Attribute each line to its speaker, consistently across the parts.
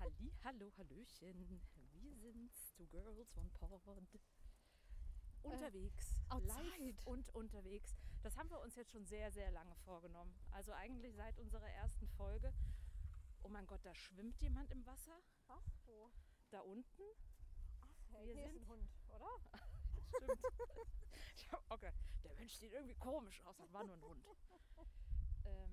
Speaker 1: Halli, hallo, hallöchen. Wir sind's, Two Girls, One Pod. Unterwegs,
Speaker 2: outside.
Speaker 1: live und unterwegs. Das haben wir uns jetzt schon sehr, sehr lange vorgenommen. Also eigentlich seit unserer ersten Folge. Oh mein Gott, da schwimmt jemand im Wasser.
Speaker 2: Was? Wo?
Speaker 1: Da unten.
Speaker 2: Hey,
Speaker 1: Wir
Speaker 2: hier
Speaker 1: sind-
Speaker 2: ist ein Hund, oder?
Speaker 1: Stimmt. Ich hab- okay, der Mensch sieht irgendwie komisch aus, das war nur ein Hund. Ähm,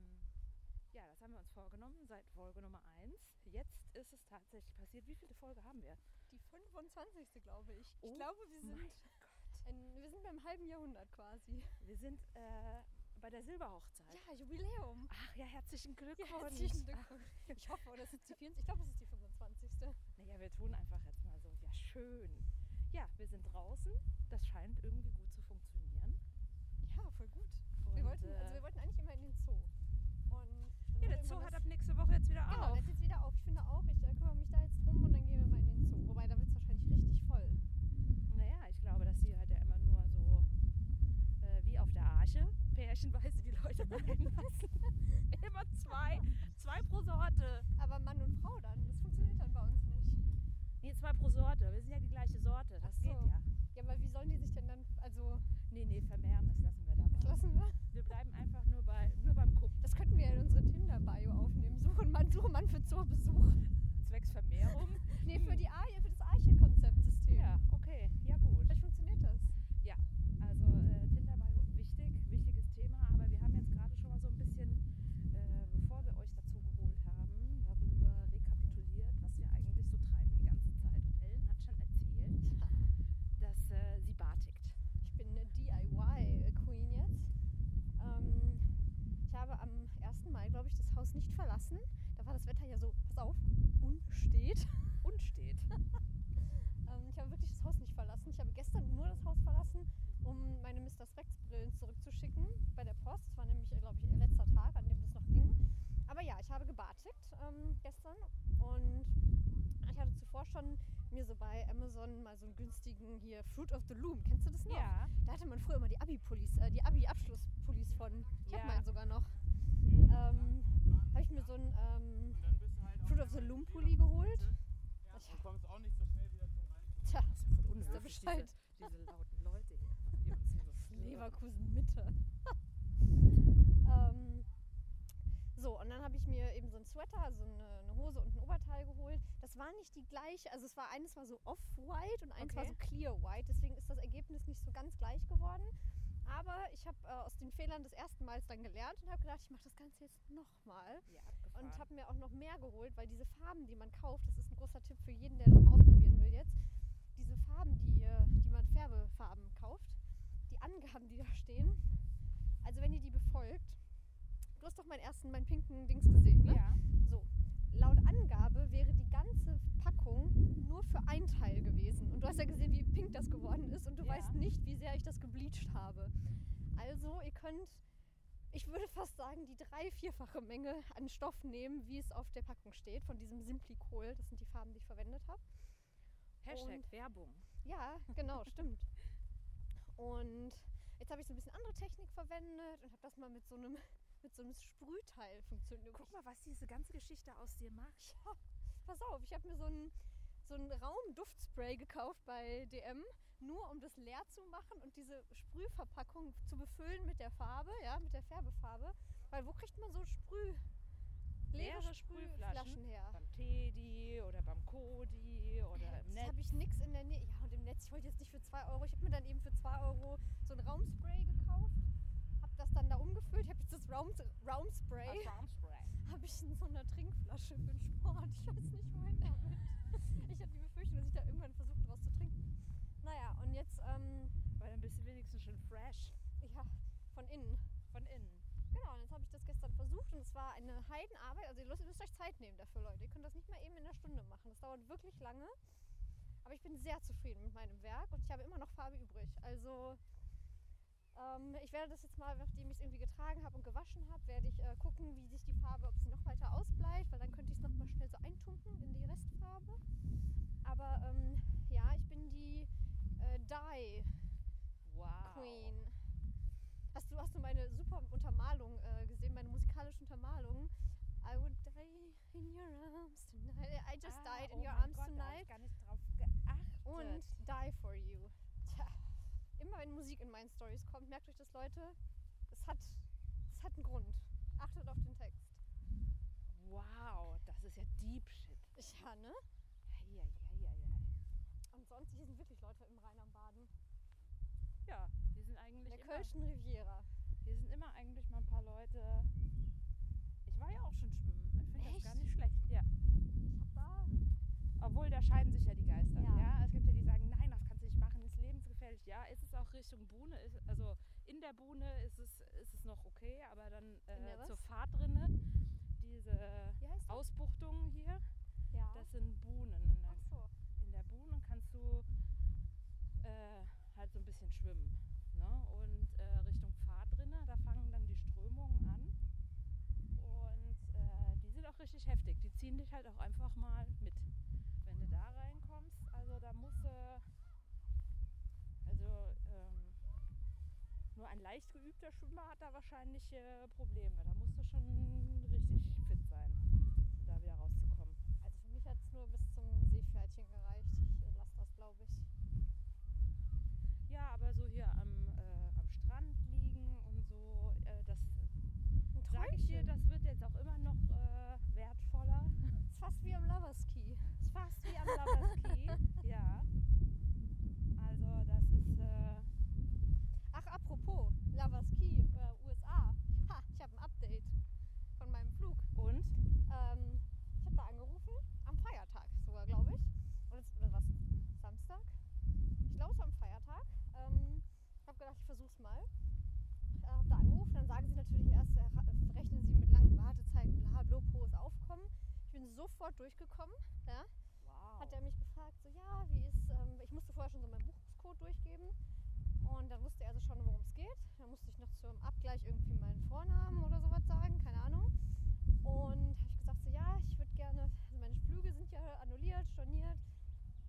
Speaker 1: ja, das haben wir uns vorgenommen seit Folge Nummer 1. Jetzt ist es tatsächlich passiert. Wie viele Folge haben wir?
Speaker 2: Die 25. glaube ich.
Speaker 1: Oh
Speaker 2: ich glaube, wir
Speaker 1: mein
Speaker 2: sind, ein, wir sind beim halben Jahrhundert quasi.
Speaker 1: Wir sind äh, bei der Silberhochzeit.
Speaker 2: Ja, Jubiläum.
Speaker 1: Ach ja, herzlichen Glückwunsch.
Speaker 2: Ja, herzlichen Glückwunsch. Ich hoffe, oder ist es die 24? Ich glaube, es ist die 25.
Speaker 1: Naja, wir tun einfach jetzt mal so. Ja, schön. Ja, wir sind draußen. Das scheint irgendwie gut zu funktionieren.
Speaker 2: Ja, voll gut.
Speaker 1: Und,
Speaker 2: wir, wollten,
Speaker 1: äh,
Speaker 2: also wir wollten eigentlich immer in den Zoo. Und dann
Speaker 1: Ja, der
Speaker 2: hat
Speaker 1: Zoo
Speaker 2: irgendwann
Speaker 1: hat
Speaker 2: das-
Speaker 1: ab nächste Woche jetzt wieder
Speaker 2: Genau,
Speaker 1: auf.
Speaker 2: der ist jetzt wieder auf. Ich finde auch, ich äh, kümmere mich da jetzt drum und dann gehen wir mal in den Zoo. Wobei, da wird es wahrscheinlich richtig voll.
Speaker 1: Naja, ich glaube, dass die halt ja immer nur so äh, wie auf der Arche pärchenweise die Leute reinlassen. immer zwei, zwei pro Sorte.
Speaker 2: Aber Mann und Frau dann, das funktioniert dann bei uns nicht.
Speaker 1: Nee, zwei pro Sorte. Wir sind ja die gleiche Sorte. Das
Speaker 2: Ach so.
Speaker 1: geht ja.
Speaker 2: Ja, aber wie sollen die sich denn dann, also,
Speaker 1: Nee, nee, vermehren, das lassen wir dabei.
Speaker 2: lassen wir?
Speaker 1: Wir bleiben einfach nur, bei, nur beim Gucken.
Speaker 2: Das könnten wir in unsere Tinder-Bio aufnehmen. Suchen Mann, suche Mann für Zoobesuch.
Speaker 1: Zwecks Vermehrung.
Speaker 2: Nee, für, die Ar für das Archenkonzeptsystem.
Speaker 1: Ja, okay. Ja, gut.
Speaker 2: Vielleicht funktioniert das.
Speaker 1: Also äh, Tinder war wichtig, wichtiges Thema, aber wir haben jetzt gerade schon mal so ein bisschen, äh, bevor wir euch dazu geholt haben, darüber rekapituliert, was wir eigentlich so treiben die ganze Zeit. Und Ellen hat schon erzählt, dass äh, sie batigt.
Speaker 2: Ich bin eine DIY-Queen jetzt. Ähm, ich habe am 1. Mai, glaube ich, das Haus nicht verlassen. Da war das Wetter ja so, pass auf, unstet.
Speaker 1: Und steht.
Speaker 2: Ähm, ich habe wirklich das Haus nicht verlassen. Ich habe gestern nur das Haus verlassen, um meine Mr. Specs Brillen zurückzuschicken bei der Post. Das war nämlich, glaube ich, ihr letzter Tag, an dem das noch ging. Aber ja, ich habe gebartigt ähm, gestern und ich hatte zuvor schon mir so bei Amazon mal so einen günstigen hier Fruit of the Loom. Kennst du das noch?
Speaker 1: Ja.
Speaker 2: Da hatte man früher immer die Abi-Pullis, äh, die Abi-Abschluss-Pullis von. Ich
Speaker 1: Ja.
Speaker 2: habe meinen sogar noch. Ähm, habe ich mir so einen ähm,
Speaker 3: Dann bist du halt auf
Speaker 2: Fruit of the Loom Pulli geholt.
Speaker 3: ja. und kommst auch nicht so schnell wieder zum Reinkommen.
Speaker 2: Tja,
Speaker 1: Das ist ja von uns
Speaker 2: Ja, Bescheid.
Speaker 1: Diese, diese lauten Leute hier, die uns hier so
Speaker 2: Leverkusen Mitte. ähm, so, und dann habe ich mir eben so ein Sweater, also eine, eine Hose und ein Oberteil geholt. Das war nicht die gleiche, also es war eines war so off-white und eins war
Speaker 1: Okay.
Speaker 2: so clear white, deswegen ist das Ergebnis nicht so ganz gleich geworden. Aber ich habe äh, aus den Fehlern des ersten Mals dann gelernt und habe gedacht, ich mache das Ganze jetzt nochmal.
Speaker 1: Ja, abgefahren.
Speaker 2: Und habe mir auch noch mehr geholt, weil diese Farben, die man kauft, das ist ein großer Tipp für jeden, der das mal ausprobieren will jetzt. Diese Farben, die, ihr- die man Färbefarben kauft, die Angaben, die da stehen, also wenn ihr die befolgt, du hast doch meinen ersten, meinen pinken Dings gesehen, ne?
Speaker 1: ja.
Speaker 2: So. Laut Angabe wäre die ganze Packung nur für ein Teil gewesen. Und du hast ja gesehen, wie pink das geworden ist und du
Speaker 1: Ja.
Speaker 2: weißt nicht, wie sehr ich das gebleached habe. Also, ihr könnt, ich würde fast sagen, die drei-, vierfache Menge an Stoff nehmen, wie es auf der Packung steht, von diesem Simplicol. Das sind die Farben, die ich verwendet habe.
Speaker 1: Hashtag
Speaker 2: Und-
Speaker 1: Werbung.
Speaker 2: Ja, genau, stimmt. Und jetzt habe ich so ein bisschen andere Technik verwendet und habe das mal mit so einem, mit so einem Sprühteil funktioniert.
Speaker 1: Guck mal, was diese ganze Geschichte aus dir macht.
Speaker 2: Pass auf, ich habe mir so ein, so ein Raumduftspray gekauft bei DM, nur um das leer zu machen und diese Sprühverpackung zu befüllen mit der Farbe, ja, mit der Färbefarbe. Weil wo kriegt man so Sprüh? Leere,
Speaker 1: Leere Sprühflaschen.
Speaker 2: Sprühflaschen her.
Speaker 1: Beim Teddy oder beim Kodi oder im
Speaker 2: Jetzt
Speaker 1: Netz.
Speaker 2: habe ich nichts in der Nähe. Ja, und im Netz, ich wollte jetzt nicht für 2 Euro. Ich habe mir dann eben für 2 Euro so ein Raumspray gekauft, habe das dann da umgefüllt. Ich habe jetzt das Raum, Raumspray. habe ich in so einer Trinkflasche für den Sport. Ich weiß nicht, wohin damit. Ich hatte die Befürchtung, dass ich da irgendwann versuche, draus zu trinken. Naja, und jetzt, ähm,
Speaker 1: Weil dann bist du wenigstens schon fresh
Speaker 2: ja, von innen.
Speaker 1: von innen.
Speaker 2: Genau, und jetzt habe ich das gestern versucht und es war eine Heidenarbeit. Also ihr müsst, ihr müsst euch Zeit nehmen dafür, Leute. Ihr könnt das nicht mal eben in einer Stunde machen. Das dauert wirklich lange. Aber ich bin sehr zufrieden mit meinem Werk und ich habe immer noch Farbe übrig. Also ähm, ich werde das jetzt mal, nachdem ich es irgendwie getragen habe und gewaschen habe, werde ich äh, gucken, wie sich die Farbe, ob sie noch weiter ausbleicht, weil dann könnte ich es nochmal schnell so eintunken in die Restfarbe. Aber ähm, ja, ich bin die äh, Dye
Speaker 1: Wow.
Speaker 2: Queen. Hast du, hast du meine super Untermalung äh, gesehen, meine musikalische Untermalung? I would die in your your arms tonight. I just
Speaker 4: Ah,
Speaker 2: died in
Speaker 4: oh
Speaker 2: your
Speaker 4: mein
Speaker 2: arms
Speaker 4: Gott, Da habe
Speaker 2: tonight.
Speaker 4: ich gar nicht drauf geachtet.
Speaker 2: und Die for You. Tja, immer wenn Musik in meinen Stories kommt, merkt euch das, Leute. Es hat, es hat einen Grund. Achtet auf den Text.
Speaker 4: wow, das ist ja Deep Shit.
Speaker 2: Ja, ne?
Speaker 4: Eieieiei.
Speaker 2: Und sonst, hier sind wirklich Leute im Rhein am Baden.
Speaker 4: Ja, wir sind
Speaker 2: In
Speaker 4: eigentlich
Speaker 2: der
Speaker 4: immer,
Speaker 2: Kölschen Riviera.
Speaker 4: hier sind immer eigentlich mal ein paar Leute. Ich war ja auch schon schwimmen. Ich finde das gar
Speaker 2: Echt?
Speaker 4: nicht schlecht. Ja.
Speaker 2: Ich hab da.
Speaker 4: Obwohl, da scheiden sich ja die Geister.
Speaker 2: Ja.
Speaker 4: Ja. Es gibt ja die, die sagen, nein, das kannst du nicht machen, ist lebensgefährlich. Ja, ist es auch Richtung Buhne, ist, also in der Buhne ist es, ist es noch okay, aber dann
Speaker 2: In der
Speaker 4: äh,
Speaker 2: was?
Speaker 4: zur Fahrt drinne, diese
Speaker 2: Wie heißt das?
Speaker 4: Ausbuchtungen hier,
Speaker 2: Ja.
Speaker 4: das sind Buhnen. Und
Speaker 2: Ach
Speaker 4: dann
Speaker 2: so.
Speaker 4: in der Buhne kannst du äh, halt so ein bisschen schwimmen. Ne? Und äh, Richtung Fahrt drinne, da fangen dann die Strömungen an. Und äh, die sind auch richtig heftig. Die ziehen dich halt auch einfach mal mit. Wenn du da reinkommst, also da musst du also ähm, nur ein leicht geübter Schwimmer hat da wahrscheinlich äh, Probleme. Da musst du schon richtig fit sein, um da wieder rauszukommen.
Speaker 2: Also für mich hat es nur bis zum Seepferdchen gereicht. Ich äh, lasse das, glaube ich.
Speaker 4: Ja, aber so hier am, äh, am Strand liegen und so, äh, das
Speaker 2: Ein
Speaker 4: sage ich dir,
Speaker 2: Träumchen.
Speaker 4: das wird jetzt auch immer noch äh, wertvoller.
Speaker 2: Ist fast wie am Loverski.
Speaker 4: Ist fast wie am Labaski, ja. Also das ist, äh,
Speaker 2: Ach, apropos, Loverski, äh, USA. Ha, ich habe ein Update von meinem Flug.
Speaker 4: und?
Speaker 2: Ähm, ich habe da angerufen, am Feiertag sogar, glaube ich. Oder, es- oder was? Samstag? Ich glaube, es war am Feiertag. Ähm, ich habe gedacht, ich versuch's mal. Äh, habe da angerufen, dann sagen sie natürlich erst, äh, ra- rechnen sie mit langen Wartezeiten, bla, blub, hohes Aufkommen. Ich bin sofort durchgekommen.
Speaker 4: Wow.
Speaker 2: Hat er mich gefragt, so, ja, wie ist, ähm, ich musste vorher schon so meinen Buchungscode durchgeben. Und dann wusste er also schon, worum es geht. Dann musste ich noch zum Abgleich irgendwie meinen Vornamen oder sowas sagen, keine Ahnung. Und habe ich gesagt, so ja, ich würde gerne, also meine Flüge sind ja annulliert, storniert,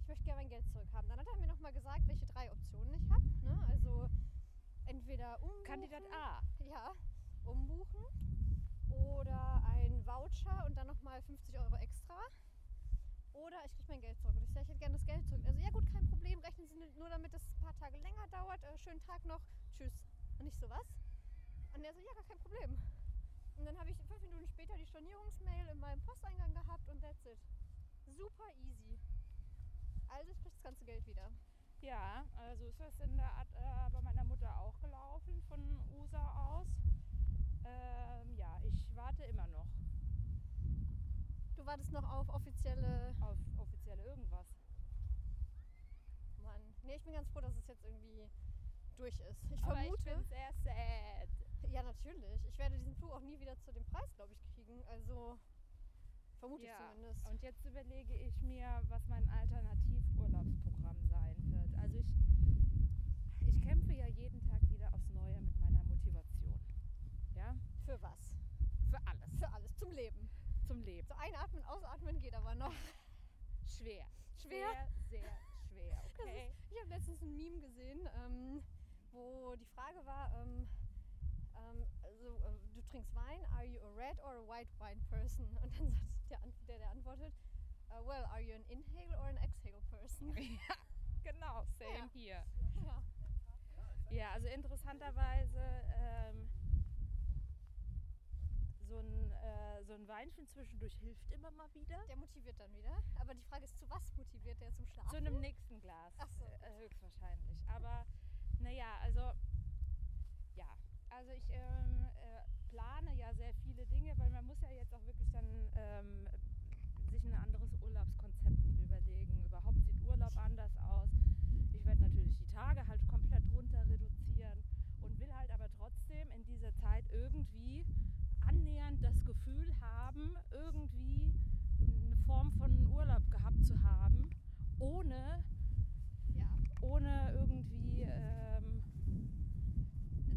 Speaker 2: ich möchte gerne mein Geld zurückhaben. Dann hat er mir nochmal gesagt, welche drei Optionen ich habe. Ne? Also entweder umbuchen,
Speaker 4: Kandidat A.
Speaker 2: Ja, umbuchen oder ein Voucher und dann nochmal 50 Euro extra. Oder ich kriege mein Geld zurück. Und ich sage, ich hätte gerne das Geld zurück. Also ja gut, kein Problem, rechnen Sie nur damit, dass es ein paar Tage länger dauert. Äh, schönen Tag noch, tschüss. Und ich so, was? Und er so, ja, gar kein Problem. Und dann habe ich fünf Minuten später die Stornierungsmail in meinem Posteingang gehabt und that's it. Super easy. Also ich krieg das ganze Geld wieder.
Speaker 4: Ja, also ist das in der Art äh, bei meiner Mutter auch gelaufen von USA aus. Ähm, ja, ich warte immer noch
Speaker 2: Du wartest noch auf offizielle.
Speaker 4: auf offiziell irgendwas.
Speaker 2: Mann. Nee, ich bin ganz froh, dass es jetzt irgendwie durch ist. Ich
Speaker 4: Aber ich
Speaker 2: vermute.
Speaker 4: bin sehr sad.
Speaker 2: ja, natürlich. Ich werde diesen Flug auch nie wieder zu dem Preis, glaube ich, kriegen. Also vermute ich
Speaker 4: Ja,
Speaker 2: zumindest.
Speaker 4: Und jetzt überlege ich mir, was mein Alternativurlaubsprogramm sein wird. Also ich, ich kämpfe ja jeden Tag wieder aufs Neue mit meiner Motivation. Ja?
Speaker 2: Für was?
Speaker 4: Für alles.
Speaker 2: Für alles. Zum Leben.
Speaker 4: Zum Leben.
Speaker 2: So einatmen, ausatmen geht aber noch.
Speaker 4: Schwer.
Speaker 2: Schwer.
Speaker 4: Sehr, sehr schwer.
Speaker 2: Das
Speaker 4: Okay.
Speaker 2: Ich habe letztens ein Meme gesehen, ähm, wo die Frage war, ähm, ähm, also, äh, du trinkst Wein, are you a red or a white wine person? Und dann sagt der, Ant- der, der antwortet, äh, well, are you an inhale or an exhale person?
Speaker 4: ja, genau. Same
Speaker 2: Ja.
Speaker 4: hier.
Speaker 2: ja.
Speaker 4: Ja, also interessanterweise ähm, so, ein, äh, so ein Weinchen zwischendurch hilft immer mal wieder.
Speaker 2: Der motiviert dann wieder. Aber die Frage ist, zu was motiviert der zum Schlafen?
Speaker 4: Zu einem nächsten Glas.
Speaker 2: Ach so.
Speaker 4: Äh, höchstwahrscheinlich. Aber naja, also ja, also ich ähm, äh, plane ja sehr viele Dinge, weil man muss ja jetzt auch wirklich dann ähm, sich ein anderes Urlaubskonzept überlegen. Überhaupt sieht Urlaub anders aus. Ich werde natürlich die Tage halt komplett runter reduzieren und will halt aber trotzdem in dieser Zeit irgendwie annähernd das Gefühl haben, irgendwie eine Form von Urlaub gehabt zu haben, ohne
Speaker 2: ja.
Speaker 4: ohne irgendwie ähm,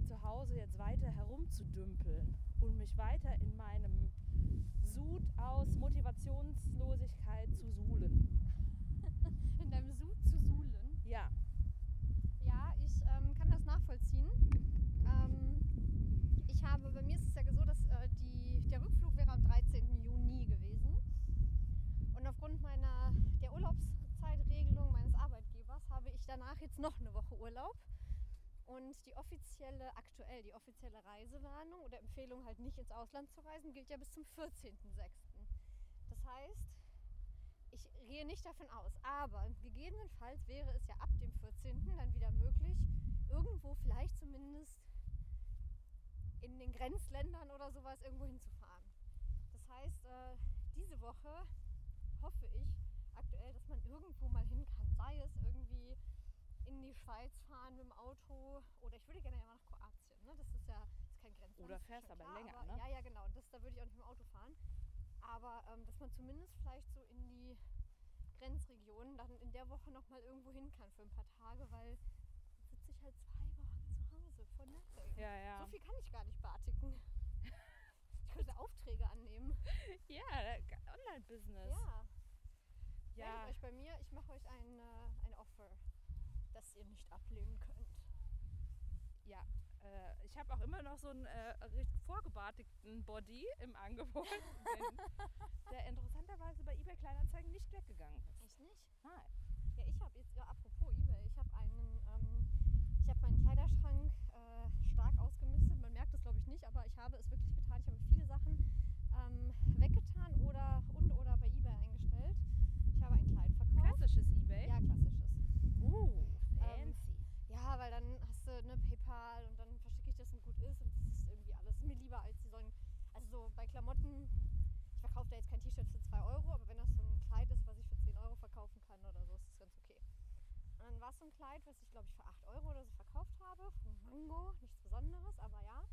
Speaker 4: zu Hause jetzt weiter herumzudümpeln und mich weiter in meinem Sud aus Motivationslosigkeit zu suhlen.
Speaker 2: In deinem Sud zu suhlen.
Speaker 4: Ja,
Speaker 2: Ja, ich ähm, kann das nachvollziehen. Ähm, ich habe, bei mir ist es ja so, dass äh, die, der Rückflug wäre am 13. Juni gewesen. jetzt noch eine Woche Urlaub. Und die offizielle, aktuell die offizielle Reisewarnung oder Empfehlung halt nicht ins Ausland zu reisen, gilt ja bis zum 14.06. Das heißt, ich gehe nicht davon aus, aber gegebenenfalls wäre es ja ab dem 14. dann wieder möglich, irgendwo vielleicht zumindest in den Grenzländern oder sowas irgendwo hinzufahren. Das heißt, äh, diese Woche hoffe ich aktuell, dass man irgendwo mal hin kann. Sei es irgendwie in die Schweiz fahren mit dem Auto oder ich würde gerne ja mal nach Kroatien. Ne? Das ist ja das ist kein Grenzland.
Speaker 4: Oder
Speaker 2: das ist
Speaker 4: fährst
Speaker 2: schon
Speaker 4: aber
Speaker 2: klar,
Speaker 4: länger,
Speaker 2: aber,
Speaker 4: ne?
Speaker 2: Ja, ja, genau. Und das, da würde ich auch nicht mit dem Auto fahren. Aber ähm, dass man zumindest vielleicht so in die Grenzregionen dann in der Woche nochmal irgendwo hin kann für ein paar Tage, weil jetzt sitze ich halt zwei Wochen zu Hause vor Netflix.
Speaker 4: Ja, ja.
Speaker 2: So viel kann ich gar nicht beartigen. Ich könnte Aufträge annehmen.
Speaker 4: Ja, da- Online-Business.
Speaker 2: Ja. Meldet
Speaker 4: ja.
Speaker 2: euch bei mir, ich mache euch ein, äh, ein Offer, das ihr nicht ablehnen könnt.
Speaker 4: Äh, ich habe auch immer noch so einen äh, richtig vorgebartigten Body im Angebot, den, der interessanterweise bei eBay Kleinanzeigen nicht weggegangen ist.
Speaker 2: Echt nicht?
Speaker 4: Nein.
Speaker 2: Ja, ich habe jetzt, ja, apropos Ebay, ich habe einen, ähm, ich habe meinen Kleiderschrank äh, stark ausgemistet. Man merkt es, glaube ich, nicht, aber ich habe es wirklich getan. Ich habe viele Sachen ähm, weggetan oder und oder bei Ebay eingestellt. Ich habe ein Kleid verkauft.
Speaker 4: Klassisches eBay.
Speaker 2: Ja, klassisches.
Speaker 4: Uh,
Speaker 2: Ähm,
Speaker 4: fancy.
Speaker 2: Ja, weil dann hast du ne PayPal und dann verschicke ich das und gut ist und das ist irgendwie alles. Ist mir lieber als die sollen. Also so bei Klamotten, ich verkaufe da jetzt kein T-Shirt für 2 Euro, aber wenn das so ein Kleid ist, was ich für 10 Euro verkaufen kann oder so, ist das ganz okay. Und dann war es so ein Kleid, was ich glaube ich für 8 Euro oder so verkauft habe, von Mango, nichts Besonderes, aber ja.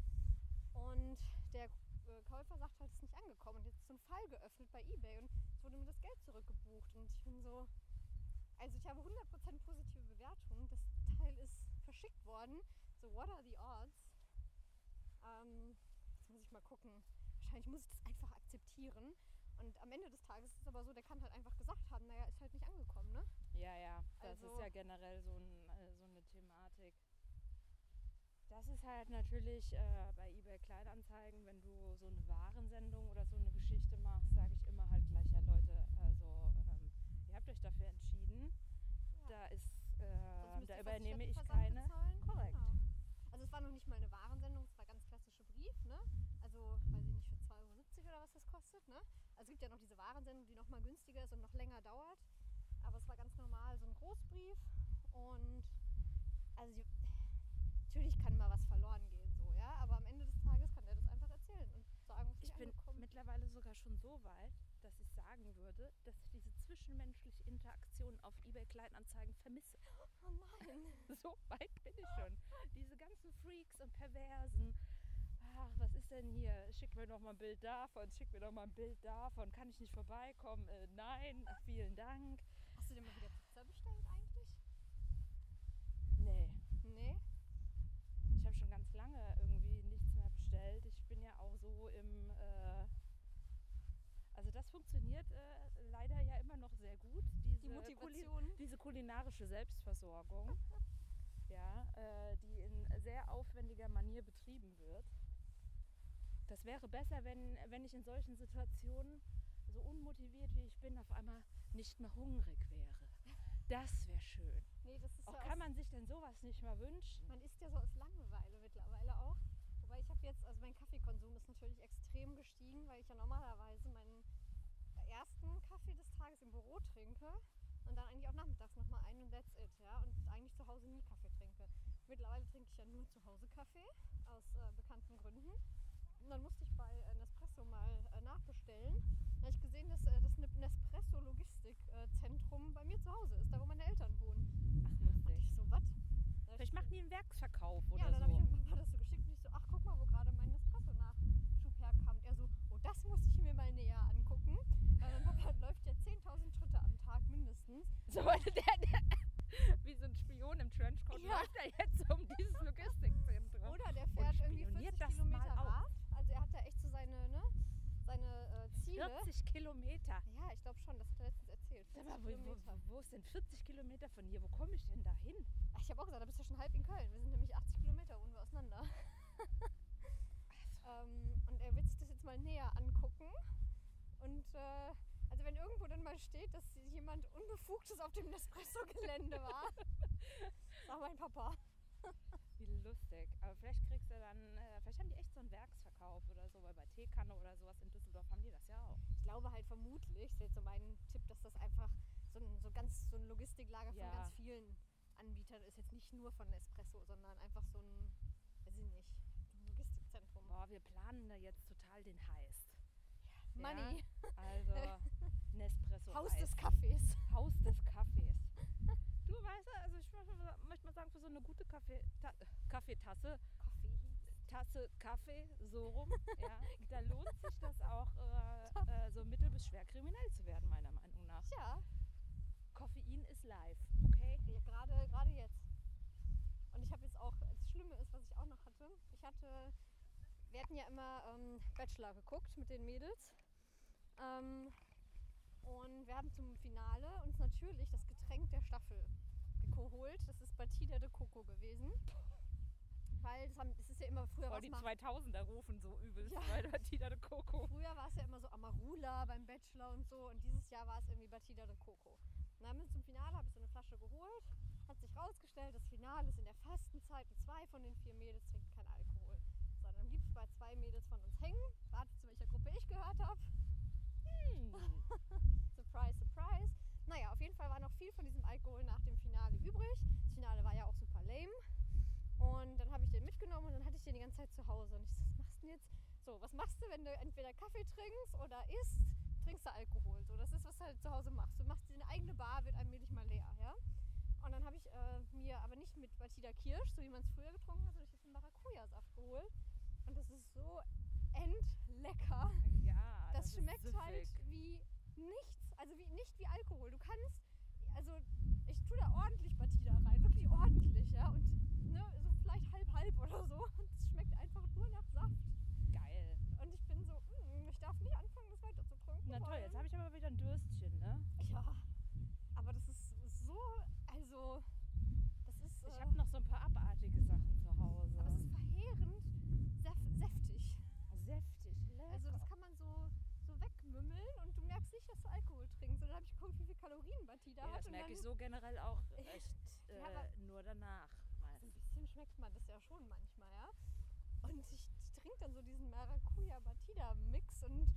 Speaker 2: Und der äh, Käufer sagt halt, es ist nicht angekommen und jetzt ist so ein Fall geöffnet bei Ebay und es wurde mir das Geld zurückgebucht und ich bin so, also ich habe 100% positive Bewertungen. Das Teil ist verschickt worden. So, what are the odds? Ähm, jetzt muss ich mal gucken. Wahrscheinlich muss ich das einfach akzeptieren. Und am Ende des Tages ist es aber so, der kann halt einfach gesagt haben, naja, ist halt nicht angekommen, ne?
Speaker 4: Ja, ja, das ist
Speaker 2: Also-
Speaker 4: ja generell so, ein, äh, so eine Thematik. Das ist halt natürlich äh, bei eBay Kleinanzeigen, wenn du so eine Warensendung oder so eine Geschichte machst, sage ich immer halt gleich, ja Leute, also ähm, ihr habt euch dafür entschieden.
Speaker 2: Ja.
Speaker 4: Da ist,
Speaker 2: Sonst müsst
Speaker 4: äh,
Speaker 2: ihr
Speaker 4: da
Speaker 2: fast
Speaker 4: übernehme ich
Speaker 2: Versand
Speaker 4: keine.
Speaker 2: bezahlen.
Speaker 4: Korrekt.
Speaker 2: Genau. Also es war noch nicht mal eine Warensendung, es war ganz klassischer Brief, ne? Also, weiß ich nicht, für 2,70 Euro oder was das kostet, ne? Also es gibt ja noch diese Warensendung, die noch mal günstiger ist und noch länger dauert. Aber es war ganz normal, so ein Großbrief. Und also die, natürlich kann mal was verloren gehen, so, ja. Aber am Ende des Tages kann der das einfach erzählen und sagen, es ist nicht
Speaker 4: Ich bin
Speaker 2: angekommen.
Speaker 4: mittlerweile sogar schon so weit, dass ich sagen würde, dass ich diese zwischenmenschliche Interaktion auf eBay Kleinanzeigen vermisse.
Speaker 2: oh nein.
Speaker 4: So weit bin ich schon. Diese ganzen Freaks und Perversen. Ach, was ist denn hier? Schick mir noch mal ein Bild davon, schick mir noch mal ein Bild davon. Kann ich nicht vorbeikommen? Äh, nein, vielen Dank.
Speaker 2: Hast du dir mal wieder Pizza bestellt eigentlich?
Speaker 4: Nee,
Speaker 2: Nee.
Speaker 4: ich habe schon ganz lange irgendwie nichts mehr bestellt. Ich bin ja auch so im... Äh, also das funktioniert äh, leider ja immer noch sehr gut. Diese
Speaker 2: Die
Speaker 4: Kuli-
Speaker 2: Motivation.
Speaker 4: diese kulinarische Selbstversorgung, ja, äh, die in sehr aufwendiger Manier betrieben wird. Das wäre besser, wenn, wenn ich in solchen Situationen, so unmotiviert wie ich bin, auf einmal nicht mehr hungrig wäre. Das wäre schön.
Speaker 2: Nee, das ist
Speaker 4: Auch
Speaker 2: ja
Speaker 4: kann
Speaker 2: aus-
Speaker 4: man sich denn sowas nicht mal wünschen?
Speaker 2: Man isst ja so aus Langeweile mittlerweile auch. Wobei ich habe jetzt, also mein Kaffeekonsum ist natürlich extrem gestiegen, weil ich ja normalerweise meinen ersten Kaffee des Tages im Büro trinke und dann eigentlich auch nachmittags nochmal einen und that's it, ja. Und eigentlich zu Hause nie Kaffee trinke. Mittlerweile trinke ich ja nur zu Hause Kaffee aus äh, bekannten Gründen. Und dann musste ich bei äh, Nespresso mal äh, nachbestellen. Da habe ich gesehen, dass äh, das Nespresso-Logistikzentrum äh, bei mir zu Hause ist, da wo meine Eltern wohnen.
Speaker 4: Ach, lustig.
Speaker 2: Ich so, was?
Speaker 4: Vielleicht machen die einen Werksverkauf
Speaker 2: ja,
Speaker 4: oder
Speaker 2: dann
Speaker 4: so.
Speaker 2: habe ich mir war das so geschickt und ich so, ach guck mal, wo gerade mein Nespresso-Nachschub herkam. Und er so, oh, das muss ich mir mal näher angucken. Weil mein Papa läuft ja 10.000 Schritte am Tag mindestens.
Speaker 4: So, der, der, wie so ein Spion im Trenchcoat
Speaker 2: Ja.
Speaker 4: läuft er jetzt um dieses Logistikzentrum.
Speaker 2: Oder der fährt irgendwie
Speaker 4: spioniert
Speaker 2: 40
Speaker 4: das
Speaker 2: Kilometer
Speaker 4: mal auf.
Speaker 2: Rad. Also er hat da echt so seine, ne, seine äh, Ziele.
Speaker 4: 40 Kilometer.
Speaker 2: Ja, ich glaube schon, das hat er letztens erzählt.
Speaker 4: Sag
Speaker 2: 40
Speaker 4: mal, wo, wo,
Speaker 2: Kilometer.
Speaker 4: wo ist denn 40 Kilometer von hier? Wo komme ich denn da hin?
Speaker 2: Ach, ich habe auch gesagt, da bist du schon halb in Köln. Wir sind nämlich 80 Kilometer wohnen wir auseinander. ähm, und er will sich das jetzt mal näher angucken. Und äh, also wenn irgendwo dann mal steht, dass jemand Unbefugtes auf dem Nespresso-Gelände war, Das war mein Papa.
Speaker 4: Wie lustig. Aber vielleicht kriegst du dann, äh, vielleicht haben die echt so einen Werksverkauf oder so, weil bei Teekanne oder sowas in Düsseldorf haben die das ja auch.
Speaker 2: Ich glaube halt vermutlich, das ist jetzt so mein Tipp, dass das einfach so ein, so ganz, so ein Logistiklager von
Speaker 4: Ja.
Speaker 2: ganz vielen Anbietern ist. Jetzt nicht nur von Nespresso, sondern einfach so ein, weiß ich nicht, ein Logistikzentrum.
Speaker 4: Boah, wir planen da jetzt total den Heist.
Speaker 2: Money,
Speaker 4: Also Nespresso.
Speaker 2: Haus
Speaker 4: Eis.
Speaker 2: des Kaffees.
Speaker 4: Haus des Kaffees. Du weißt, ja, also ich möchte mal- möchte mal sagen, für so eine gute Kaffee, Ta Kaffeetasse, Tasse Kaffee, so rum, ja, da lohnt sich das auch, äh, äh, so mittel- bis schwer kriminell zu werden, meiner Meinung nach.
Speaker 2: Tja,
Speaker 4: Koffein ist live, okay?
Speaker 2: Ja, gerade, gerade jetzt. Und ich habe jetzt auch, das Schlimme ist, was ich auch noch hatte, ich hatte, wir hatten ja immer ähm, Bachelor geguckt mit den Mädels. Ähm, und wir haben zum Finale uns natürlich das Getränk der Staffel geholt. Das ist Batida de Coco gewesen. Weil das, haben, das ist ja immer früher
Speaker 4: Boah,
Speaker 2: was
Speaker 4: die
Speaker 2: man-
Speaker 4: 2000er rufen so übelst,
Speaker 2: Ja.
Speaker 4: weil da Tina de Coco.
Speaker 2: Früher war es ja immer so Amarula beim Bachelor und so und dieses Jahr war es irgendwie Batida de Coco. Und dann bis zum Finale habe ich so eine Flasche geholt, hat sich rausgestellt, das Finale ist in der Fastenzeit und zwei von den vier Mädels trinken keinen Alkohol. Sondern blieb bei zwei Mädels von uns hängen. Ratet, zu welcher Gruppe ich gehört habe.
Speaker 4: Hm.
Speaker 2: Surprise, surprise. Naja, auf jeden Fall war noch viel von diesem Alkohol nach dem Finale übrig. Das Finale war ja auch super lame. Und dann habe ich den mitgenommen und dann hatte ich den die ganze Zeit zu Hause. Und ich so, was machst du denn jetzt? So, was machst du, wenn du entweder Kaffee trinkst oder isst, trinkst du Alkohol. So, das ist, was du halt zu Hause machst. Du machst dir eine eigene Bar, wird allmählich mal leer, ja? Und dann habe ich äh, mir aber nicht mit Batida Kirsch, so wie man es früher getrunken hat, sondern ich habe den Maracuja-Saft geholt. Und das ist so endlecker
Speaker 4: Ja,
Speaker 2: das,
Speaker 4: Ah, ist
Speaker 2: schmeckt
Speaker 4: süffig.
Speaker 2: halt wie nichts, also wie, nicht wie Alkohol. Du kannst, also ich tue da ordentlich Batida rein, wirklich ordentlich, ja, und ne, so vielleicht halb halb oder so. Und es schmeckt einfach nur nach Saft.
Speaker 4: geil.
Speaker 2: Und ich bin so, mm, ich darf nicht anfangen, das weiter zu trinken.
Speaker 4: Na toll,
Speaker 2: wollen.
Speaker 4: jetzt habe ich aber wieder ein Dürstchen, ne?
Speaker 2: Ja, aber das ist so, also das ist, äh,
Speaker 4: Ich habe noch so ein paar abartige Sachen zu Hause.
Speaker 2: aber es ist verheerend säf säftig.
Speaker 4: Oh, Säftig, ne? lecker.
Speaker 2: Also das kann man so so wegmümmeln und du merkst nicht, dass du Alkohol trinkst. Und dann habe ich geguckt, wie viel Kalorien Batida
Speaker 4: ja,
Speaker 2: hat.
Speaker 4: das
Speaker 2: und
Speaker 4: merke
Speaker 2: dann
Speaker 4: ich so generell auch echt äh,
Speaker 2: Ja, aber-
Speaker 4: nur danach.
Speaker 2: So Also ein
Speaker 4: meistens.
Speaker 2: bisschen schmeckt man das ja schon manchmal, ja. Und ich trinke dann so diesen Maracuja-Batida-Mix und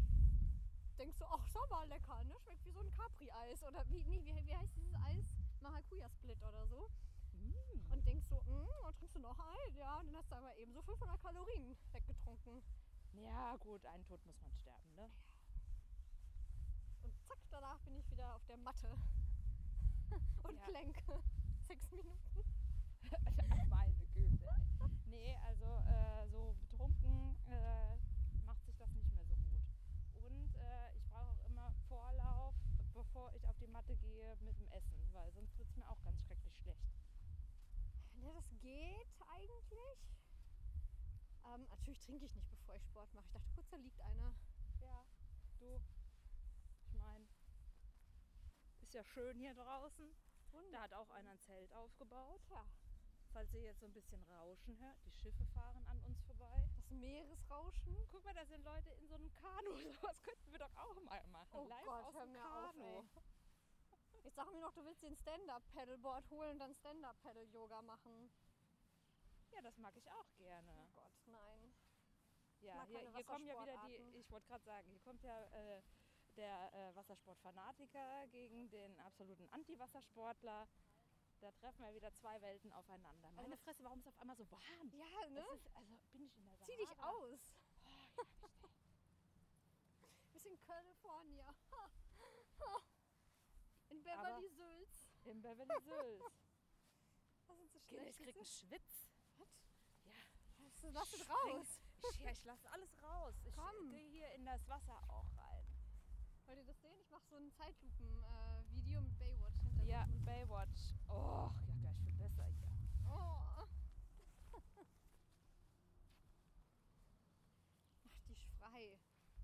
Speaker 2: denkst so, ach, sauber lecker, ne? Schmeckt wie so ein Capri-Eis oder wie, nee, wie, wie heißt dieses Eis? Maracuja-Split oder so.
Speaker 4: Mm.
Speaker 2: Und denkst so, mm, und trinkst du noch ein? Ja, und dann hast du aber eben so 500 Kalorien weggetrunken.
Speaker 4: Ja, gut, einen Tod muss man sterben, ne?
Speaker 2: Und zack, danach bin ich wieder auf der Matte. und
Speaker 4: Ja.
Speaker 2: klänke. Sechs Minuten.
Speaker 4: Meine Güte. ey. Nee, also äh, so betrunken äh, macht sich das nicht mehr so gut. Und äh, ich brauche auch immer Vorlauf, bevor ich auf die Matte gehe mit dem Essen, weil sonst wird es mir auch ganz schrecklich schlecht.
Speaker 2: Ja, das geht eigentlich. Ähm, natürlich trinke ich nicht, bevor ich Sport mache. Ich dachte kurz, da liegt einer.
Speaker 4: Ja, du. Ich meine, ist ja schön hier draußen. Da hat auch einer ein Zelt aufgebaut.
Speaker 2: Tja,
Speaker 4: Falls ihr jetzt so ein bisschen Rauschen hört, die Schiffe fahren an uns vorbei.
Speaker 2: das Meeresrauschen.
Speaker 4: Guck mal, da sind Leute in so einem Kanu. Das könnten wir doch auch mal machen.
Speaker 2: Oh
Speaker 4: Live
Speaker 2: Gott,
Speaker 4: aus
Speaker 2: hör
Speaker 4: dem
Speaker 2: mir auf,
Speaker 4: Kanu.
Speaker 2: ey. Jetzt sag mir noch, du willst den Stand-Up-Paddleboard holen und dann Stand-Up-Paddle-Yoga machen.
Speaker 4: ja, das mag ich auch gerne.
Speaker 2: Oh Gott, nein.
Speaker 4: Ja,
Speaker 2: mag
Speaker 4: hier,
Speaker 2: keine
Speaker 4: hier kommen ja wieder die,
Speaker 2: Wassersportarten.
Speaker 4: ich wollte gerade sagen, hier kommt ja äh, der äh, Wassersportfanatiker gegen den absoluten Anti-Wassersportler. Da treffen wir wieder zwei Welten aufeinander. Meine
Speaker 2: was-
Speaker 4: Fresse, warum ist auf einmal so warm?
Speaker 2: Ja, ne?
Speaker 4: Das ist, Oh, also bin ich in der
Speaker 2: Zieh dich
Speaker 4: Sahara?
Speaker 2: aus. Wir sind in California. In Beverly Sülz.
Speaker 4: Im Beverly Sülz.
Speaker 2: Da sind so schnell.
Speaker 4: Ich krieg einen Schwitz.
Speaker 2: Was lass es
Speaker 4: Spring-
Speaker 2: raus?
Speaker 4: Ich, ja, ich lasse alles raus. Ich
Speaker 2: Komm.
Speaker 4: gehe hier in das Wasser auch rein.
Speaker 2: Wollt ihr das sehen? Ich mache so ein Zeitlupen-Video mit Baywatch hinter
Speaker 4: Ja, Baywatch. Oh, ja, gleich viel besser hier.
Speaker 2: Oh. Mach dich frei.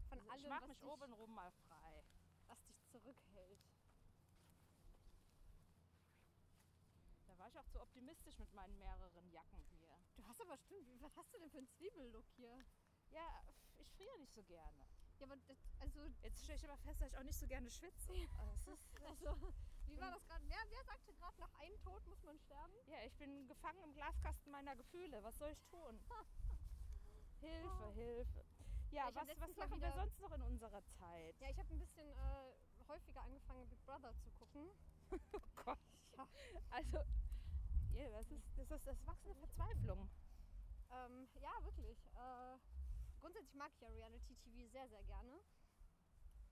Speaker 2: Von allem,
Speaker 4: ich mach
Speaker 2: was,
Speaker 4: mich
Speaker 2: dich,
Speaker 4: obenrum mal frei.
Speaker 2: was dich zurückhält.
Speaker 4: Da war ich auch zu optimistisch mit meinen mehreren Jacken hier.
Speaker 2: Du hast aber stimmt, wie- was hast du denn für einen Zwiebellook hier?
Speaker 4: Ja, pf, ich friere nicht so gerne.
Speaker 2: Ja, aber das, also,
Speaker 4: Jetzt stelle ich aber fest, dass ich auch nicht so gerne schwitze. Also, es ist,
Speaker 2: also, Wie war das gerade? Wer, wer sagte gerade, nach einem Tod muss man sterben?
Speaker 4: Ja, ich bin gefangen im Glaskasten meiner Gefühle. Was soll ich tun? Hilfe, Hilfe. Ja,
Speaker 2: Oh. Ich hab
Speaker 4: was, was
Speaker 2: letztens mal
Speaker 4: machen wir
Speaker 2: wieder-
Speaker 4: sonst noch in unserer Zeit?
Speaker 2: Ja, ich habe ein bisschen äh, häufiger angefangen, Big Brother zu gucken.
Speaker 4: Oh Gott. Also, ja, das ist das, ist das wachsende Verzweiflung.
Speaker 2: Ähm, ja, wirklich. Äh, grundsätzlich mag ich ja Reality-TV sehr, sehr gerne.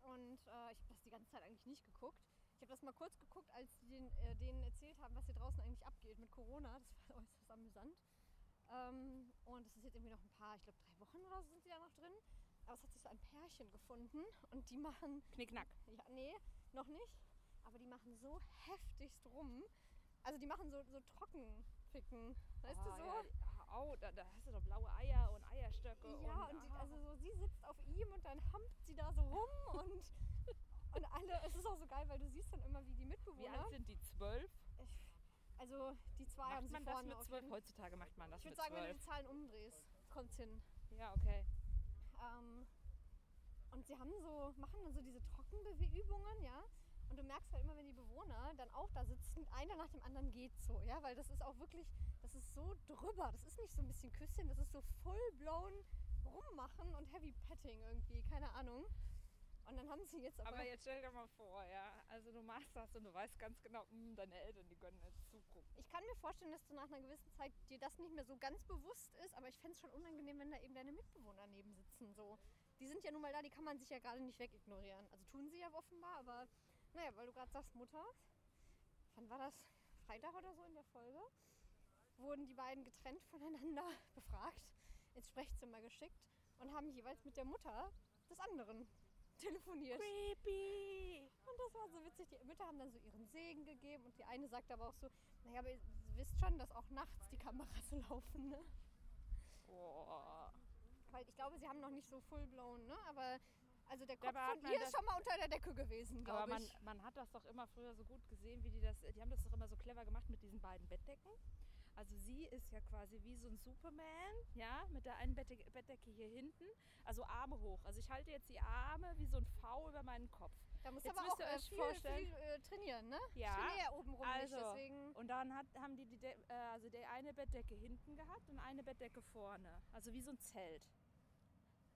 Speaker 2: Und äh, ich habe das die ganze Zeit eigentlich nicht geguckt. Ich habe das mal kurz geguckt, als die den, äh, denen erzählt haben, was hier draußen eigentlich abgeht mit Corona. Das war äußerst amüsant. Ähm, und es ist jetzt irgendwie noch ein paar, ich glaube drei Wochen oder so sind die da noch drin. Aber es hat sich so ein Pärchen gefunden und die machen
Speaker 4: Knickknack.
Speaker 2: ja, nee, noch nicht. Aber die machen so heftigst rum. Also die machen so, so Trockenficken. Weißt du
Speaker 4: Ah,
Speaker 2: so?
Speaker 4: Ja, ja, au, da, da hast du doch blaue Eier und Eierstöcke.
Speaker 2: Ja, und die,
Speaker 4: ah.
Speaker 2: also so, sie sitzt auf ihm und dann hampt sie da so rum und, und alle, es ist auch so geil, weil du siehst dann immer, wie die
Speaker 4: Wie
Speaker 2: Mitbewohner,
Speaker 4: alt sind die? Zwölf?
Speaker 2: also die zwei haben
Speaker 4: Macht
Speaker 2: sie
Speaker 4: man das
Speaker 2: vorne
Speaker 4: mit
Speaker 2: auf
Speaker 4: zwölf?
Speaker 2: jeden-
Speaker 4: Heutzutage macht man das
Speaker 2: Ich würde
Speaker 4: mit
Speaker 2: sagen, wenn du
Speaker 4: zwölf.
Speaker 2: die Zahlen umdrehst, kommt's hin.
Speaker 4: Ja, okay.
Speaker 2: Ähm, und sie haben so, machen dann so diese Trockenübungen, ja. Und du merkst halt immer, wenn die Bewohner dann auch da sitzen, einer nach dem anderen geht so, ja, weil das ist auch wirklich, das ist so drüber. Das ist nicht so ein bisschen Küsschen, das ist so full blown rummachen und heavy petting irgendwie, keine Ahnung. Und dann haben sie jetzt aber,
Speaker 4: Aber jetzt stell dir mal vor, ja. Also du machst das und du weißt ganz genau, hm, deine Eltern, die können jetzt zugucken.
Speaker 2: ich kann mir vorstellen, dass du nach einer gewissen Zeit dir das nicht mehr so ganz bewusst ist, aber ich fände es schon unangenehm, wenn da eben deine Mitbewohner neben sitzen. So. Die sind ja nun mal da, die kann man sich ja gerade nicht wegignorieren. Also tun sie ja offenbar, aber naja, weil du gerade sagst, Mutter, wann war das? Freitag oder so in der Folge? Wurden die beiden getrennt voneinander befragt, ins Sprechzimmer geschickt und haben jeweils mit der Mutter des anderen telefoniert.
Speaker 4: Creepy!
Speaker 2: Und das war so witzig. Die Mütter haben dann so ihren Segen gegeben und die eine sagte aber auch so, naja, aber ihr wisst schon, dass auch nachts die Kameras laufen, ne?
Speaker 4: Boah.
Speaker 2: Weil ich glaube, sie haben noch nicht so full blown, ne? Aber also der Kopf
Speaker 4: Dabei hat
Speaker 2: von
Speaker 4: man
Speaker 2: ihr
Speaker 4: das-
Speaker 2: ist schon mal unter der Decke gewesen,
Speaker 4: Aber
Speaker 2: glaube
Speaker 4: man,
Speaker 2: ich.
Speaker 4: man hat das doch immer früher so gut gesehen, wie die das, die haben das doch immer so clever gemacht mit diesen beiden Bettdecken. Also sie ist ja quasi wie so ein Superman, ja, mit der einen Bettdecke, Bettdecke hier hinten. Also Arme hoch. Also ich halte jetzt die Arme wie so ein V über meinen Kopf.
Speaker 2: Da muss
Speaker 4: jetzt
Speaker 2: aber auch
Speaker 4: müsst ihr
Speaker 2: äh,
Speaker 4: euch
Speaker 2: viel,
Speaker 4: vorstellen-
Speaker 2: viel äh, trainieren, ne?
Speaker 4: Ja,
Speaker 2: Ich trainiere ja oben rum
Speaker 4: also-
Speaker 2: nicht, deswegen.
Speaker 4: Und dann hat, haben die, die De äh, also die eine Bettdecke hinten gehabt und eine Bettdecke vorne. Also wie so ein Zelt.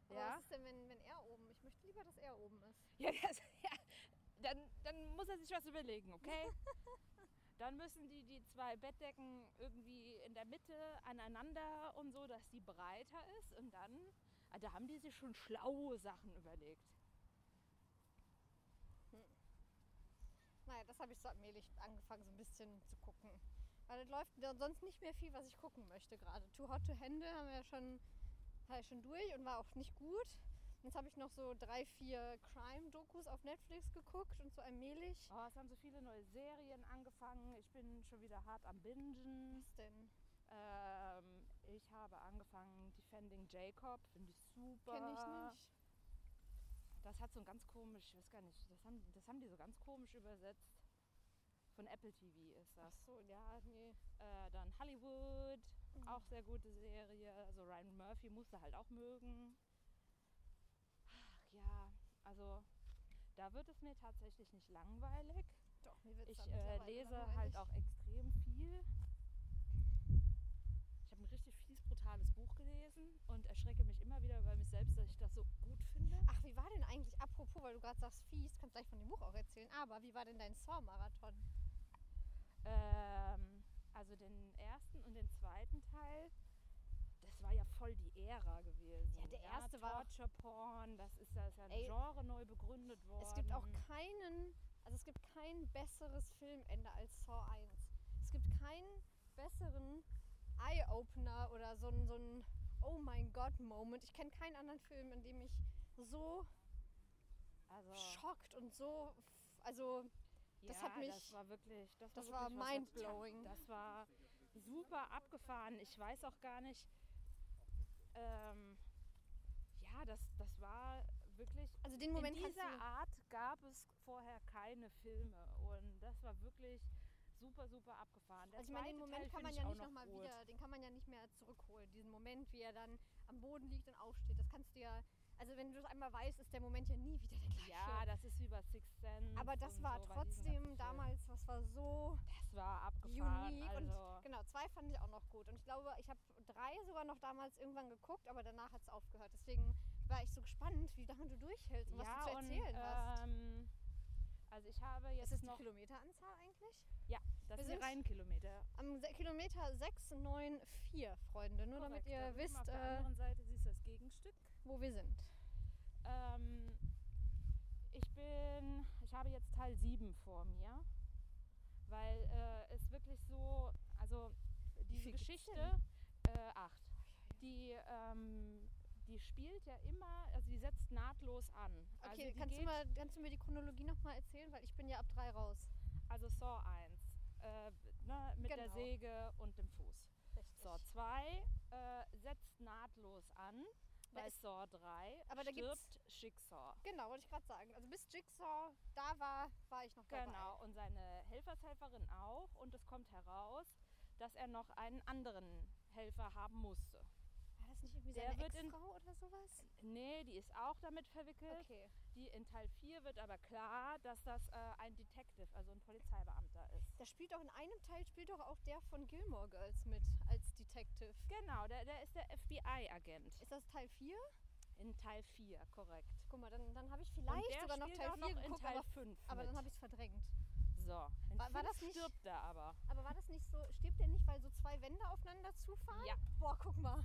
Speaker 2: Aber was ist denn, wenn, wenn er oben? Ich möchte lieber, dass er oben ist.
Speaker 4: Ja, das, ja dann, dann muss er sich was überlegen, okay? dann müssen die, die zwei Bettdecken irgendwie in der Mitte aneinander und so, dass die breiter ist. Und dann, ah, da haben die sich schon schlaue Sachen überlegt.
Speaker 2: Naja, das habe ich so allmählich angefangen, so ein bisschen zu gucken. Weil es läuft da sonst nicht mehr viel, was ich gucken möchte gerade. Too Hot to Handle haben wir ja schon, war ja schon durch und war auch nicht gut. Jetzt habe ich noch so drei, vier Crime-Dokus auf Netflix geguckt und so allmählich.
Speaker 4: Oh, es haben so viele neue Serien angefangen. Ich bin schon wieder hart am Bingen.
Speaker 2: Was denn?
Speaker 4: Ähm, ich habe angefangen Defending Jacob, finde ich super.
Speaker 2: Kenne ich nicht.
Speaker 4: Das hat so ein ganz komisch, ich weiß gar nicht, das haben, das haben die so ganz komisch übersetzt. Von Apple TV ist
Speaker 2: Ach
Speaker 4: das.
Speaker 2: so, ja, nee.
Speaker 4: Äh, dann Hollywood,
Speaker 2: Mhm.
Speaker 4: auch sehr gute Serie. Also Ryan Murphy musste halt auch mögen. Ach ja, also da wird es mir tatsächlich nicht langweilig.
Speaker 2: Doch, mir wird's
Speaker 4: Ich
Speaker 2: dann
Speaker 4: äh,
Speaker 2: mittlerweile
Speaker 4: lese
Speaker 2: langweilig.
Speaker 4: halt auch extrem viel. Ich habe ein richtig fies brutales Buch gelesen und erschrecke mich immer wieder über mich selbst, dass ich das so gut finde.
Speaker 2: Ach, wie war denn eigentlich, apropos, weil du gerade sagst, fies, kannst gleich von dem Buch auch erzählen, aber wie war denn dein Saw-Marathon?
Speaker 4: Ähm, also den ersten und den zweiten Teil, das war ja voll die Ära gewesen.
Speaker 2: Ja, der erste war-
Speaker 4: Torture Porn, das ist das ist ja ein
Speaker 2: Ey,
Speaker 4: Genre neu begründet worden.
Speaker 2: Es gibt auch keinen, also es gibt kein besseres Filmende als Saw 1. Es gibt keinen besseren Eye-Opener oder so einen, so einen Oh mein Gott-Moment. Ich kenne keinen anderen Film, in dem ich so
Speaker 4: also,
Speaker 2: schockt und so, f- also das hat mich-
Speaker 4: Das war wirklich. Das,
Speaker 2: das
Speaker 4: war,
Speaker 2: war
Speaker 4: wirklich was ganz
Speaker 2: mindblowing.
Speaker 4: Tolles. Das war super abgefahren. Ich weiß auch gar nicht. Ähm, ja, das, das war wirklich
Speaker 2: also den Moment
Speaker 4: In
Speaker 2: kannst
Speaker 4: dieser
Speaker 2: du,
Speaker 4: Art gab es vorher keine Filme und das war wirklich super, super abgefahren. Der
Speaker 2: also ich meine, den
Speaker 4: zweite
Speaker 2: Moment
Speaker 4: Teil
Speaker 2: kann
Speaker 4: find
Speaker 2: man
Speaker 4: ich
Speaker 2: ja
Speaker 4: auch
Speaker 2: nicht nochmal
Speaker 4: gut.
Speaker 2: wieder, den kann man ja nicht mehr zurückholen. Diesen Moment, wie er dann am Boden liegt und aufsteht, das kannst du ja Also wenn du das einmal weißt, ist der Moment ja nie wieder der gleiche.
Speaker 4: Ja, das ist wie bei Six Sense.
Speaker 2: Aber das
Speaker 4: und
Speaker 2: war
Speaker 4: so bei diesen
Speaker 2: trotzdem
Speaker 4: ganzen Filmen.
Speaker 2: damals, was war so
Speaker 4: Das war abgefahren.
Speaker 2: unique
Speaker 4: also,
Speaker 2: und genau, zwei fand ich auch noch gut. Und ich glaube, ich habe drei sogar noch damals irgendwann geguckt, aber danach hat es aufgehört. Deswegen war ich so gespannt, wie lange du durchhältst und was
Speaker 4: ja,
Speaker 2: du zu erzählen
Speaker 4: und,
Speaker 2: hast.
Speaker 4: Ähm, also ich habe
Speaker 2: Ist
Speaker 4: jetzt
Speaker 2: es die
Speaker 4: noch.
Speaker 2: Kilometeranzahl eigentlich?
Speaker 4: Das
Speaker 2: wir
Speaker 4: sind die
Speaker 2: sind-
Speaker 4: reinen Kilometer.
Speaker 2: Am Se- Kilometer 694, Freunde, nur damit
Speaker 4: Korrekt,
Speaker 2: ihr
Speaker 4: da drüben
Speaker 2: wisst,
Speaker 4: Auf der
Speaker 2: äh,
Speaker 4: anderen Seite siehst du das Gegenstück.
Speaker 2: wo wir sind.
Speaker 4: Ähm, ich bin, ich habe jetzt Teil 7 vor mir, weil äh, es wirklich so, also diese
Speaker 2: viel gibt's
Speaker 4: Geschichte,
Speaker 2: denn?
Speaker 4: äh, 8, die, ähm, die spielt ja immer, also die setzt nahtlos an. also
Speaker 2: Okay,
Speaker 4: die
Speaker 2: kannst, du
Speaker 4: geht-
Speaker 2: mal, kannst du mir die Chronologie nochmal erzählen? Weil ich bin ja ab drei raus.
Speaker 4: Also Saw 1, äh, ne, mit der
Speaker 2: Genau.
Speaker 4: Säge und dem Fuß.
Speaker 2: Richtig.
Speaker 4: Saw 2 äh, setzt nahtlos an,
Speaker 2: Da
Speaker 4: bei
Speaker 2: ist-
Speaker 4: Saw 3
Speaker 2: aber da gibt's-
Speaker 4: stirbt Schicksal.
Speaker 2: Genau, wollte ich gerade sagen. Also bis Jigsaw da war, war ich noch dabei.
Speaker 4: Genau, und seine Helfershelferin auch. Und es kommt heraus, dass er noch einen anderen Helfer haben musste.
Speaker 2: War das nicht irgendwie
Speaker 4: Der
Speaker 2: seine
Speaker 4: wird in-
Speaker 2: Ex-Frau oder sowas?
Speaker 4: Nee, die ist auch damit verwickelt.
Speaker 2: Okay.
Speaker 4: Die in Teil 4 wird aber klar, dass das äh, ein Detective, also ein Polizeibeamter ist.
Speaker 2: Da spielt doch in einem Teil spielt doch auch der von Gilmore Girls mit als Detective.
Speaker 4: Genau, der, der ist der FBI-Agent.
Speaker 2: Ist das Teil 4?
Speaker 4: In Teil 4, korrekt.
Speaker 2: Guck mal, dann, dann habe ich
Speaker 4: und
Speaker 2: vielleicht
Speaker 4: der
Speaker 2: sogar noch
Speaker 4: spielt
Speaker 2: Teil
Speaker 4: auch
Speaker 2: 4
Speaker 4: noch in
Speaker 2: geguckt,
Speaker 4: Teil
Speaker 2: aber,
Speaker 4: 5.
Speaker 2: aber dann habe
Speaker 4: mit.
Speaker 2: ich es verdrängt.
Speaker 4: So, in
Speaker 2: War- war
Speaker 4: 5
Speaker 2: das nicht-
Speaker 4: stirbt er aber.
Speaker 2: Aber war das nicht so, stirbt der nicht, weil so zwei Wände aufeinander zufahren?
Speaker 4: Ja.
Speaker 2: Boah, guck mal.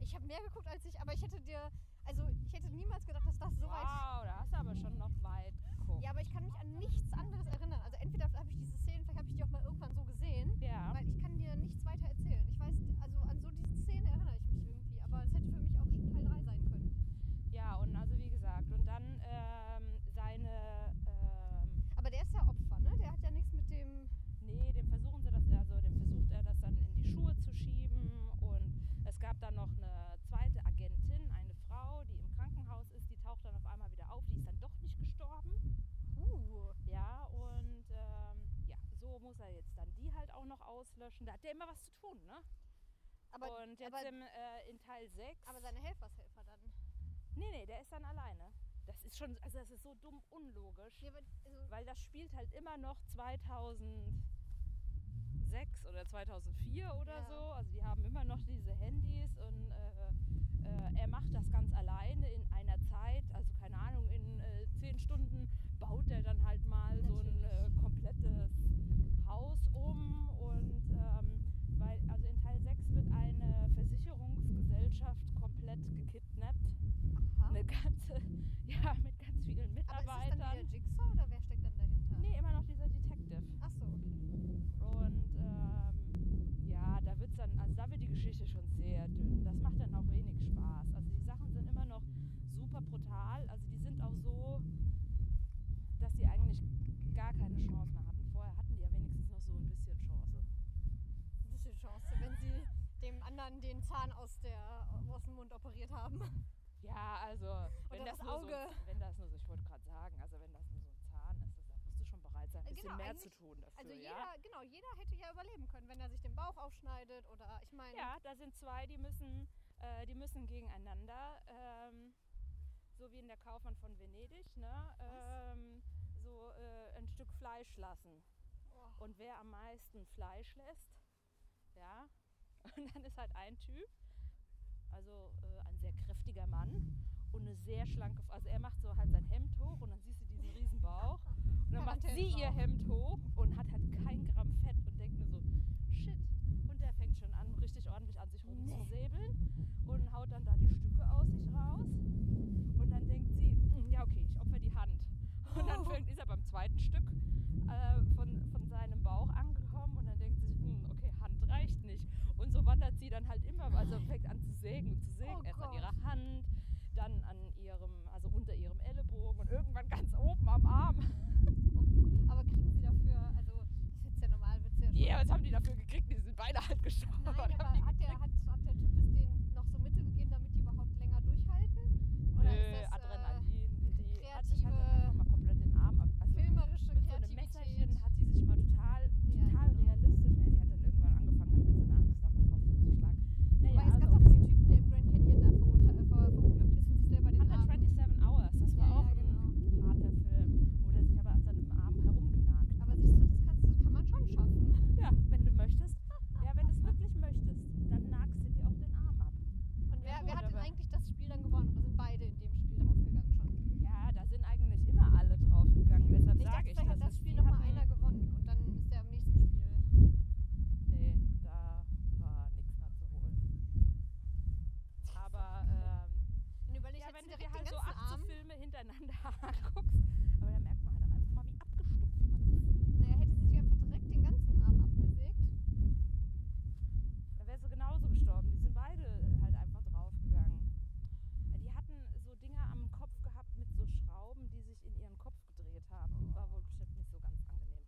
Speaker 2: Ich habe mehr geguckt als ich, aber ich hätte dir, also ich hätte niemals gedacht, dass das so weit...
Speaker 4: wow, da hast du aber schon noch weit geguckt.
Speaker 2: Ja, aber ich kann mich an nichts anderes erinnern. Also entweder habe ich diese Szenen, vielleicht habe ich die auch mal irgendwann so gesehen,
Speaker 4: ja.
Speaker 2: weil ich kann dir nichts weiter erzählen. Ich weiß, also an so diesen Szenen erinnere ich mich irgendwie, aber es hätte für mich auch schon Teil 3 sein können.
Speaker 4: Ja, und also wie gesagt, und dann ähm, seine, ähm,
Speaker 2: Aber der ist ja Opfer, ne? Der hat ja nichts mit dem.
Speaker 4: nee, dem versuchen sie das, also dem versucht er das dann in die Schuhe zu schieben. Und es gab dann noch eine zweite Agentin, eine Frau, die im Krankenhaus ist, die taucht dann auf einmal wieder auf, die ist dann doch nicht gestorben.
Speaker 2: Uh,
Speaker 4: Ja, und ähm, ja, so muss er jetzt dann die halt auch noch auslöschen. Da hat der immer was zu tun, ne?
Speaker 2: aber,
Speaker 4: und jetzt
Speaker 2: aber-
Speaker 4: im, äh, in Teil 6.
Speaker 2: aber seine Helfershelfer dann.
Speaker 4: nee, nee, der ist dann alleine. Das ist schon, also das ist so dumm unlogisch.
Speaker 2: Ja, aber, also,
Speaker 4: weil das spielt halt immer noch 2006 oder 2004 oder
Speaker 2: Ja.
Speaker 4: so. Also die haben immer noch diese Handys und äh, äh, er macht das ganz alleine in einer Zeit, also keine Ahnung, in äh, zehn Stunden baut er dann halt mal so ein äh, komplettes Haus um und ähm, weil, also in Teil 6 wird eine Versicherungsgesellschaft komplett gekidnappt.
Speaker 2: aha.
Speaker 4: Eine ganze, ja, mit ganz
Speaker 2: aber ist
Speaker 4: vielen
Speaker 2: das dann
Speaker 4: Mitarbeitern.
Speaker 2: wieder Jigsaw oder wer steckt dann dahinter?
Speaker 4: Nee, immer noch dieser Detective.
Speaker 2: Ach so, okay.
Speaker 4: Und ähm, ja, da wird's dann, also da wird die Geschichte schon sehr dünn. Das macht dann auch wenig Spaß. Also die Sachen sind immer noch super brutal. Also die sind auch so, dass die eigentlich gar keine Chance mehr hatten. Vorher hatten die ja wenigstens noch so ein bisschen Chance.
Speaker 2: Das ist die Chance, wenn sie dem anderen den Zahn aus, der, aus dem Mund operiert haben.
Speaker 4: Ja, also wenn
Speaker 2: Oder
Speaker 4: das,
Speaker 2: das
Speaker 4: nur So,
Speaker 2: Auge.
Speaker 4: wenn das nur so, ich wollte gerade sagen, also wenn das nur so ein Zahn ist, also da musst du schon bereit sein, ein
Speaker 2: Äh,
Speaker 4: bisschen
Speaker 2: genau,
Speaker 4: mehr zu
Speaker 2: eigentlich-
Speaker 4: tun dafür.
Speaker 2: Also
Speaker 4: ja?
Speaker 2: jeder, genau, jeder hätte ja überleben können, wenn er sich den Bauch aufschneidet oder ich meine.
Speaker 4: Ja, da sind zwei, die müssen, äh, die müssen gegeneinander, ähm, so wie in der Kaufmann von Venedig, ne? ähm, so äh, ein Stück Fleisch lassen.
Speaker 2: Oh,
Speaker 4: Und wer am meisten Fleisch lässt, ja, und dann ist halt ein Typ, also äh, ein sehr kräftiger Mann und eine sehr schlanke, Frau. also er macht so halt sein Hemd hoch und dann siehst du diesen riesen Bauch und dann macht sie ihr
Speaker 2: Quarantänebauch.
Speaker 4: Hemd hoch und hat halt kein Gramm Fett und denkt nur so, shit. Und der fängt schon an, richtig ordentlich an sich rumzusäbeln und haut dann da die Stücke aus sich raus und dann denkt sie, "Mm, ja okay, ich opfer die Hand. Und dann
Speaker 2: Oh.
Speaker 4: fängt, ist er beim zweiten Stück äh, von, von seinem Bauch angekommen und dann denkt sie, sich, "Hm, okay, Hand reicht nicht. Und so wandert sie dann halt immer, also fängt an zu sägen und zu sägen.
Speaker 2: Oh
Speaker 4: Erst an
Speaker 2: Gott.
Speaker 4: ihrer Hand, dann an ihrem, also unter ihrem Ellenbogen und irgendwann ganz oben am Arm.
Speaker 2: aber kriegen sie dafür, also das ist ja normal, wird ja schon.
Speaker 4: Ja, was haben die dafür gekriegt? Die sind beide halt gestorben.
Speaker 2: Nein,
Speaker 4: Haben
Speaker 2: aber
Speaker 4: die
Speaker 2: hat der, hat, hat der Typ es denen noch so Mittel gegeben, damit die überhaupt länger durchhalten? Oder
Speaker 4: Nö,
Speaker 2: ist das äh,
Speaker 4: Adrenalin. Die hat sich halt dann
Speaker 2: kreative-
Speaker 4: einfach mal komplett den Arm ab. Also
Speaker 2: äh, filmerische
Speaker 4: mit so einem
Speaker 2: Kreativität?
Speaker 4: Messerchen hat die sich mal total,
Speaker 2: Ja,
Speaker 4: total
Speaker 2: genau.
Speaker 4: realistisch. Ne, sie hat dann irgendwann angefangen, hat mit so einer Axt dann was drauf zu schlagen.
Speaker 2: Wobei,
Speaker 4: Naja,
Speaker 2: es gab
Speaker 4: also
Speaker 2: doch
Speaker 4: okay.
Speaker 2: diesen Typen, der im Grand Canyon da verunter- äh, ver- verunglückt ist und sich selber den
Speaker 4: Hunter
Speaker 2: Arm... genau.
Speaker 4: genau. ähm, halt miteinander anguckst. Aber dann merkt man halt auch einfach mal, wie abgestumpft man ist.
Speaker 2: Naja, hätte sie sich einfach direkt den ganzen Arm abgesägt.
Speaker 4: Da wäre sie genauso gestorben. Die sind beide halt einfach draufgegangen. Die hatten so Dinger am Kopf gehabt mit so Schrauben, die sich in ihren Kopf gedreht haben. War wohl bestimmt nicht so ganz angenehm.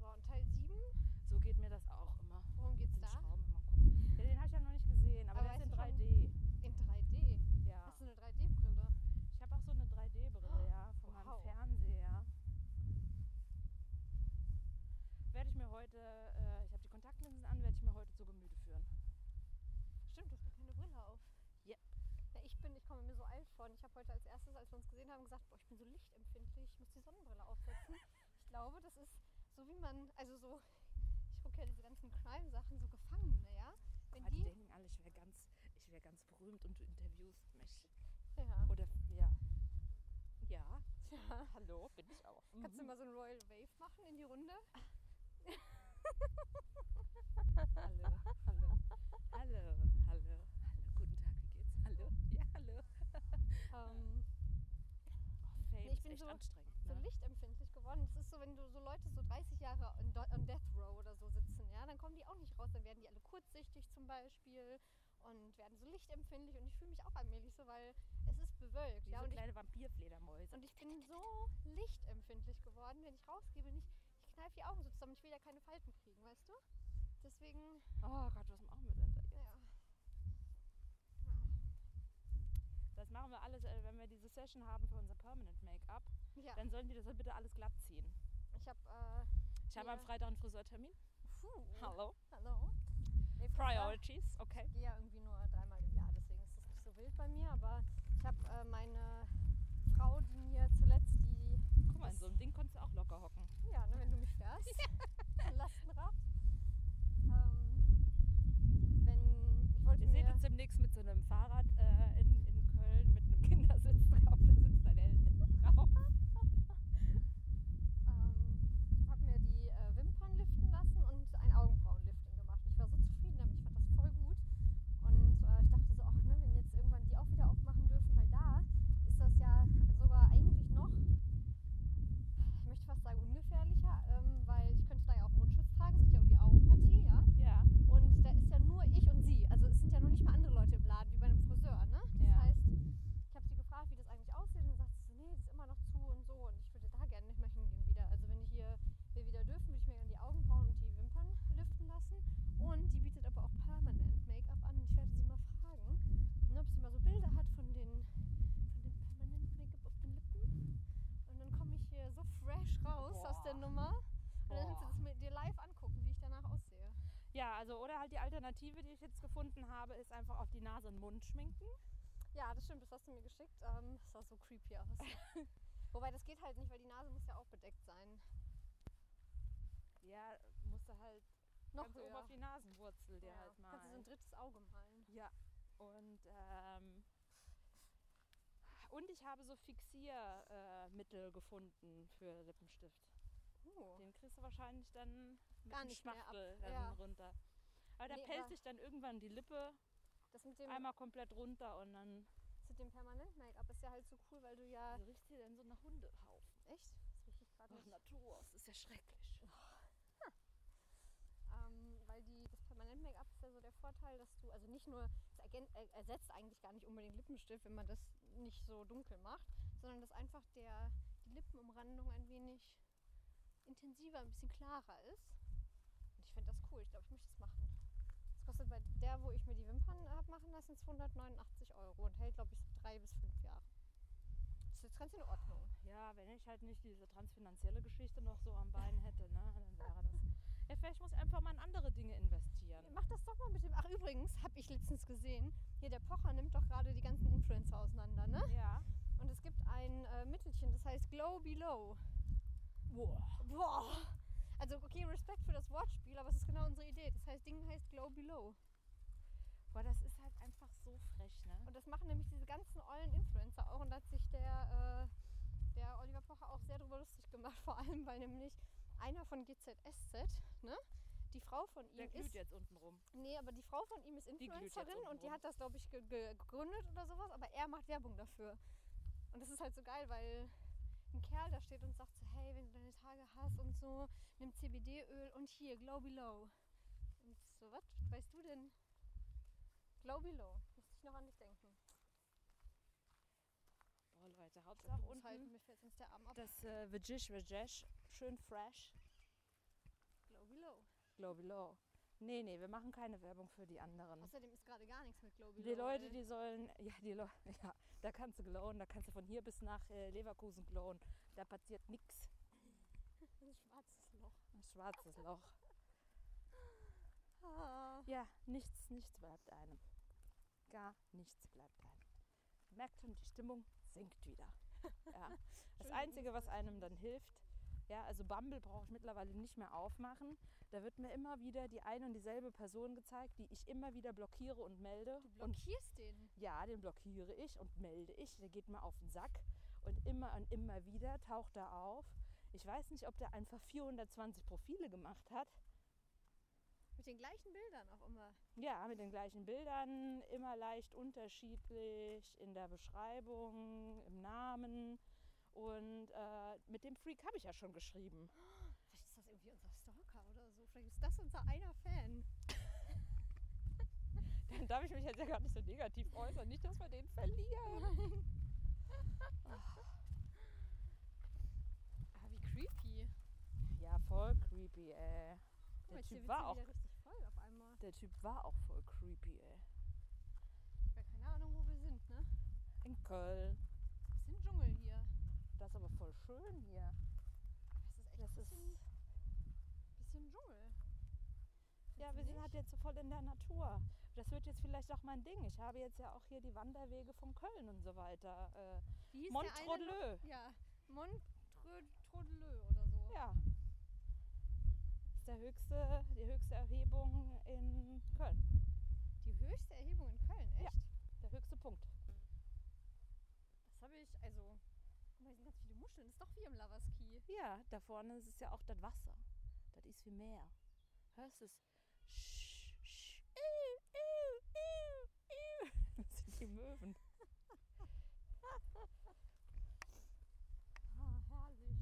Speaker 2: So, und Teil 7,
Speaker 4: So geht mir das auch immer.
Speaker 2: worum
Speaker 4: Mit
Speaker 2: geht's
Speaker 4: den
Speaker 2: da?
Speaker 4: Schrauben in meinem Kopf. Ja, den habe ich ja noch nicht gesehen, aber,
Speaker 2: Aber
Speaker 4: der ist in
Speaker 2: weißt
Speaker 4: 3D.
Speaker 2: In 3D.
Speaker 4: Ja.
Speaker 2: Hast du eine 3D-Brille?
Speaker 4: Ich habe auch so eine 3D-Brille, ja, von meinem
Speaker 2: Wow.
Speaker 4: Fernseher. Werde ich mir heute, äh, ich habe die Kontaktlinsen an, werde ich mir heute zu Gemüte führen.
Speaker 2: Stimmt, du hast gar keine Brille auf.
Speaker 4: Ja.
Speaker 2: Ja, ich bin, ich komme mir so alt vor. Und ich habe heute als erstes, als wir uns gesehen haben, gesagt, boah, ich bin so lichtempfindlich, ich muss die Sonnenbrille aufsetzen. ich glaube, das ist so wie man, also so, ich gucke ja diese ganzen Crime-Sachen, so Gefangene, ja? Wenn
Speaker 4: Ah, die
Speaker 2: die,
Speaker 4: denken alle, ich wäre ganz, ich wär ganz berühmt und du interviewst mich.
Speaker 2: ja,
Speaker 4: Oder, ja. Ja,
Speaker 2: tja.
Speaker 4: hallo, bin ich auch.
Speaker 2: Kannst du mal so einen Royal Wave machen in die Runde?
Speaker 4: Hallo, hallo. Hallo, hallo, hallo. Guten Tag, wie geht's? Hallo, ja, hallo.
Speaker 2: Ähm,
Speaker 4: Oh,
Speaker 2: Nee,
Speaker 4: Fame
Speaker 2: ich
Speaker 4: ist
Speaker 2: bin
Speaker 4: echt
Speaker 2: so-
Speaker 4: anstrengend,
Speaker 2: so
Speaker 4: ne?
Speaker 2: lichtempfindlich geworden. Das ist so, wenn du so Leute so 30 Jahre on, Do- on Death Row oder so sitzen, ja, dann kommen die auch nicht raus, dann werden die alle kurzsichtig zum Beispiel und werden so lichtempfindlich und ich fühle mich auch allmählich so, weil es ist bewölkt,
Speaker 4: Wie
Speaker 2: ja,
Speaker 4: so
Speaker 2: und ich,
Speaker 4: kleine Vampirfledermäuse.
Speaker 2: und ich bin so lichtempfindlich geworden, wenn ich rausgehe, bin ich, ich kneife die Augen so zusammen, ich will ja keine Falten kriegen, weißt du? Deswegen,
Speaker 4: Oh Gott, was machen wir denn da jetzt?
Speaker 2: ja,
Speaker 4: Das machen wir alles, äh, wenn wir diese Session haben für unser Permanent Make-up,
Speaker 2: ja.
Speaker 4: dann sollen die das bitte alles glatt ziehen.
Speaker 2: ich habe, äh,
Speaker 4: Ich habe am
Speaker 2: Ja.
Speaker 4: Freitag einen Friseurtermin.
Speaker 2: puh,
Speaker 4: Hallo.
Speaker 2: hallo. Nee, Friseur-
Speaker 4: Priorities, okay.
Speaker 2: Ich gehe ja irgendwie nur dreimal im Jahr, deswegen ist das nicht so wild bei mir. Aber ich habe äh, meine Frau, die mir zuletzt die,
Speaker 4: Guck mal, in so einem Ding konntest du auch locker hocken.
Speaker 2: ja, ne, wenn du mich fährst, ein Lastenrad. Ähm, wenn ich wollte
Speaker 4: Ihr seht
Speaker 2: mir,
Speaker 4: uns demnächst mit so einem Fahrrad äh, in, in Köln mit einem Kindersitz drauf. Da sitzt dein Held hinten drauf.
Speaker 2: ähm, hab mir die äh, Wimpern liften lassen und ein Augenbrauenlifting gemacht. Und ich war so zufrieden damit, ich fand das voll gut. Und äh, ich dachte so, ach ne, wenn jetzt irgendwann die auch wieder aufmachen dürfen, weil da ist das ja sogar eigentlich noch, ich möchte fast sagen ungefährlicher, ähm, weil ich könnte da ja auch Mundschutz tragen, es gibt ja um die Augenpartie, ja.
Speaker 4: Ja.
Speaker 2: Und da ist ja nur ich und sie. Also es sind ja noch nicht mal andere Leute im Laden, wie bei einem Friseur, ne? Das
Speaker 4: Ja.
Speaker 2: heißt, ich habe sie gefragt, wie das eigentlich aussieht. Und dann sagt sie, so, nee, das ist immer noch zu und so. Und ich würde da gerne nicht mehr hingehen wieder. Also wenn ich hier, wir wieder dürfen, würde ich mir gerne die Augenbrauen und die Wimpern liften lassen. Und die bietet aber auch permanent Make-up an. Und ich werde sie mal fragen, ne, ob sie mal so Bilder hat von den, von dem permanent Make-up auf den Lippen. Und dann komme ich hier so fresh raus aus der
Speaker 4: Boah.
Speaker 2: Nummer. Und dann kannst du
Speaker 4: Boah.
Speaker 2: das mit dir live angucken, wie ich danach aussehe.
Speaker 4: Ja, also oder halt die Alternative, die ich jetzt gefunden habe, ist einfach auf die Nase und Mund schminken.
Speaker 2: Ja, das stimmt, das hast du mir geschickt. Ähm, das sah so creepy aus. Wobei das geht halt nicht, weil die Nase muss ja auch bedeckt sein.
Speaker 4: Ja, musst du halt
Speaker 2: Noch
Speaker 4: ganz oben
Speaker 2: höher.
Speaker 4: auf die Nasenwurzel dir
Speaker 2: ja.
Speaker 4: halt
Speaker 2: Kannst du so ein
Speaker 4: malen.
Speaker 2: drittes Auge malen.
Speaker 4: Ja. Und ähm, und ich habe so Fixiermittel äh, Mittel gefunden für Lippenstift.
Speaker 2: Uh.
Speaker 4: Den kriegst du wahrscheinlich dann mit
Speaker 2: Gar
Speaker 4: dem
Speaker 2: nicht mehr ab.
Speaker 4: Spachtel dann
Speaker 2: Ja.
Speaker 4: runter. Aber da
Speaker 2: Nee,
Speaker 4: pellt
Speaker 2: aber-
Speaker 4: sich dann irgendwann die Lippe
Speaker 2: Das mit dem,
Speaker 4: einmal komplett runter und dann
Speaker 2: das mit dem Permanent-Make-up ist ja halt so cool, weil du ja...
Speaker 4: also riecht sie dann so nach Hundehaufen.
Speaker 2: Echt? Das rieche ich gerade
Speaker 4: Nach
Speaker 2: nicht.
Speaker 4: Natur, das ist ja schrecklich.
Speaker 2: Ähm, weil die, das Permanent-Make-up ist ja so der Vorteil, dass du, also nicht nur, es ergän- er- ersetzt eigentlich gar nicht unbedingt Lippenstift, wenn man das nicht so dunkel macht, sondern dass einfach der, die Lippenumrandung ein wenig intensiver, ein bisschen klarer ist. Und ich finde das cool, ich glaube, ich möchte das machen. Das kostet bei der, wo ich mir die Wimpern habe machen lassen, 289 Euro und hält, glaube ich, so drei bis fünf Jahre. Das ist jetzt ganz in Ordnung.
Speaker 4: Ja, wenn ich halt nicht diese transfinanzielle Geschichte noch so am Bein hätte, ne, dann wäre das. Ja, vielleicht muss ich einfach mal in andere Dinge investieren.
Speaker 2: Mach das doch mal mit dem. Ach, übrigens, habe ich letztens gesehen, hier der Pocher nimmt doch gerade die ganzen Influencer auseinander, ne?
Speaker 4: Ja.
Speaker 2: Und es gibt ein äh, Mittelchen, das heißt Glow Below. Boah. Also okay, Respekt für das Wortspiel, aber es ist genau unsere Idee. Das heißt, Ding heißt Glow Below.
Speaker 4: Boah, das ist halt einfach so frech, ne?
Speaker 2: Und das machen nämlich diese ganzen ollen Influencer auch. Und da hat sich der, äh, der Oliver Pocher auch sehr drüber lustig gemacht. Vor allem, weil nämlich einer von GZSZ, ne? Die Frau von ihm
Speaker 4: Der glüht
Speaker 2: ist.
Speaker 4: jetzt unten rum.
Speaker 2: Nee, aber die Frau von ihm ist
Speaker 4: glüht jetzt
Speaker 2: Influencerin und die
Speaker 4: untenrum.
Speaker 2: hat das, glaube ich, ge- ge- gegründet oder sowas, aber er macht Werbung dafür. Und das ist halt so geil, weil ein Kerl da steht und sagt so, hey, wenn du deine Tage hast und so, nimm CBD-Öl und hier, Glow Below. Und so, was weißt du denn? Glow Below. Musste ich noch an dich denken.
Speaker 4: Boah, Leute, Hauptsache
Speaker 2: Muss halt,
Speaker 4: unten
Speaker 2: mir fällt sonst der Arm ab.
Speaker 4: das äh, Vajish Vajesh, schön fresh,
Speaker 2: Glow Below.
Speaker 4: glow below. Nee, nee, wir machen keine Werbung für die anderen.
Speaker 2: Außerdem ist gerade gar nichts mit ne? Glow Below.
Speaker 4: Hm. Die Leute,
Speaker 2: ey.
Speaker 4: die sollen, ja, die Leute, ja, da kannst du glowen, da kannst du von hier bis nach äh, Leverkusen glowen. Da passiert nichts.
Speaker 2: Ein schwarzes Loch.
Speaker 4: Ein schwarzes Loch.
Speaker 2: Ah.
Speaker 4: Ja, nichts, nichts bleibt einem. Gar nichts bleibt einem. Merkt schon, die Stimmung sinkt wieder. Ja. Das
Speaker 2: Schöne
Speaker 4: Einzige, was einem dann hilft, ja, also Bumble brauche ich mittlerweile nicht mehr aufmachen. Da wird mir immer wieder die ein und dieselbe Person gezeigt, die ich immer wieder blockiere und melde.
Speaker 2: Du
Speaker 4: und
Speaker 2: blockierst den.
Speaker 4: ja, den blockiere ich und melde ich. Der geht mir auf den Sack. Und immer und immer wieder taucht er auf. Ich weiß nicht, ob der einfach 420 Profile gemacht hat.
Speaker 2: Mit den gleichen Bildern auch immer.
Speaker 4: Ja, mit den gleichen Bildern, immer leicht unterschiedlich in der Beschreibung, im Namen. Und äh, mit dem Freak habe ich ja schon geschrieben.
Speaker 2: Vielleicht ist das irgendwie unser Stalker oder so. Vielleicht ist das unser einer Fan.
Speaker 4: Dann darf ich mich jetzt ja gar nicht so negativ äußern. Nicht, dass wir den verlieren.
Speaker 2: Ah, wie creepy.
Speaker 4: Ja, voll creepy, ey.
Speaker 2: Guck mal,
Speaker 4: Der
Speaker 2: jetzt hier
Speaker 4: Typ
Speaker 2: wird's
Speaker 4: war
Speaker 2: ja
Speaker 4: auch,
Speaker 2: wieder richtig voll auf einmal.
Speaker 4: der Typ war auch voll creepy, ey.
Speaker 2: Ich habe keine Ahnung, wo wir sind, ne?
Speaker 4: In Köln.
Speaker 2: Wir sind Dschungel hier.
Speaker 4: Das ist aber voll schön hier.
Speaker 2: Das ist echt
Speaker 4: Das
Speaker 2: ein
Speaker 4: ist.
Speaker 2: bisschen, bisschen Dschungel.
Speaker 4: Ja,
Speaker 2: Findest
Speaker 4: wir
Speaker 2: du
Speaker 4: sind halt jetzt so voll in der Natur. Das wird jetzt vielleicht auch mein Ding. Ich habe jetzt ja auch hier die Wanderwege von Köln und so weiter. Äh,
Speaker 2: Wie hieß der eine? noch?
Speaker 4: Montrodeleu.
Speaker 2: Ja, Montrodeleu oder so.
Speaker 4: Ja. Ist der höchste, die höchste Erhebung in Köln.
Speaker 2: Die höchste Erhebung in Köln,
Speaker 4: Ja.
Speaker 2: echt?
Speaker 4: Der höchste Punkt.
Speaker 2: Das habe ich, also. Guck mal, hier sind ganz viele Muscheln. Das ist doch wie im Lavaski.
Speaker 4: Ja, da vorne ist es ja auch das Wasser. Das ist wie Meer. Hörst du es? Sch, sch. Iu, iu, iu, iu. Das sind die Möwen.
Speaker 2: Ah, herrlich.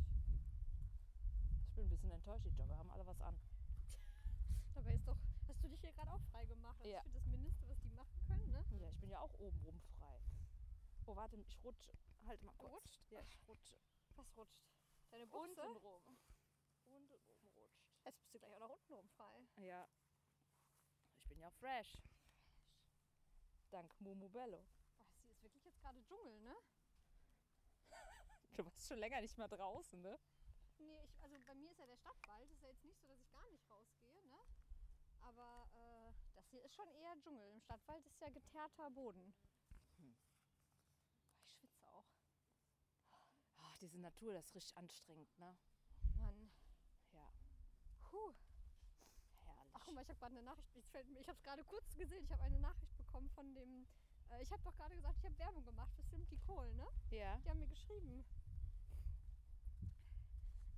Speaker 4: Ich bin ein bisschen enttäuscht, die Jogger haben alle was an.
Speaker 2: Dabei ist doch. Hast du dich hier gerade auch frei gemacht? Das
Speaker 4: Ja.
Speaker 2: ist für das Mindeste, was die machen können, ne?
Speaker 4: Ja, ich bin ja auch obenrum frei. Oh, warte, ich rutsche. Halt mal kurz.
Speaker 2: rutscht?
Speaker 4: Ja, ich rutsche.
Speaker 2: Was rutscht? Deine Buchse?
Speaker 4: Untenrum. Untenrum rutscht.
Speaker 2: Jetzt bist du gleich auch nach unten rum frei.
Speaker 4: Ja. Ich bin ja fresh. Dank Momo Bello.
Speaker 2: Boah, sie ist wirklich jetzt gerade Dschungel, ne?
Speaker 4: Du warst schon länger nicht mehr draußen, ne?
Speaker 2: Nee, ich, also bei mir ist ja der Stadtwald. Ist ja jetzt nicht so, dass ich gar nicht rausgehe, ne? Aber äh, das hier ist schon eher Dschungel. Im Stadtwald ist ja geteerter Boden.
Speaker 4: Hm.
Speaker 2: Boah, ich schwitze auch.
Speaker 4: Ach, Ah, diese Natur, das ist richtig anstrengend, ne?
Speaker 2: Mann.
Speaker 4: Ja,
Speaker 2: Puh.
Speaker 4: herrlich.
Speaker 2: Ach guck mal, ich habe gerade eine Nachricht. Ich, fällt mir- ich habe es gerade kurz gesehen. Ich habe eine Nachricht bekommen von dem. Äh, ich habe doch gerade gesagt, ich habe Werbung gemacht für Simply Kohl, ne?
Speaker 4: ja.
Speaker 2: Die haben mir geschrieben.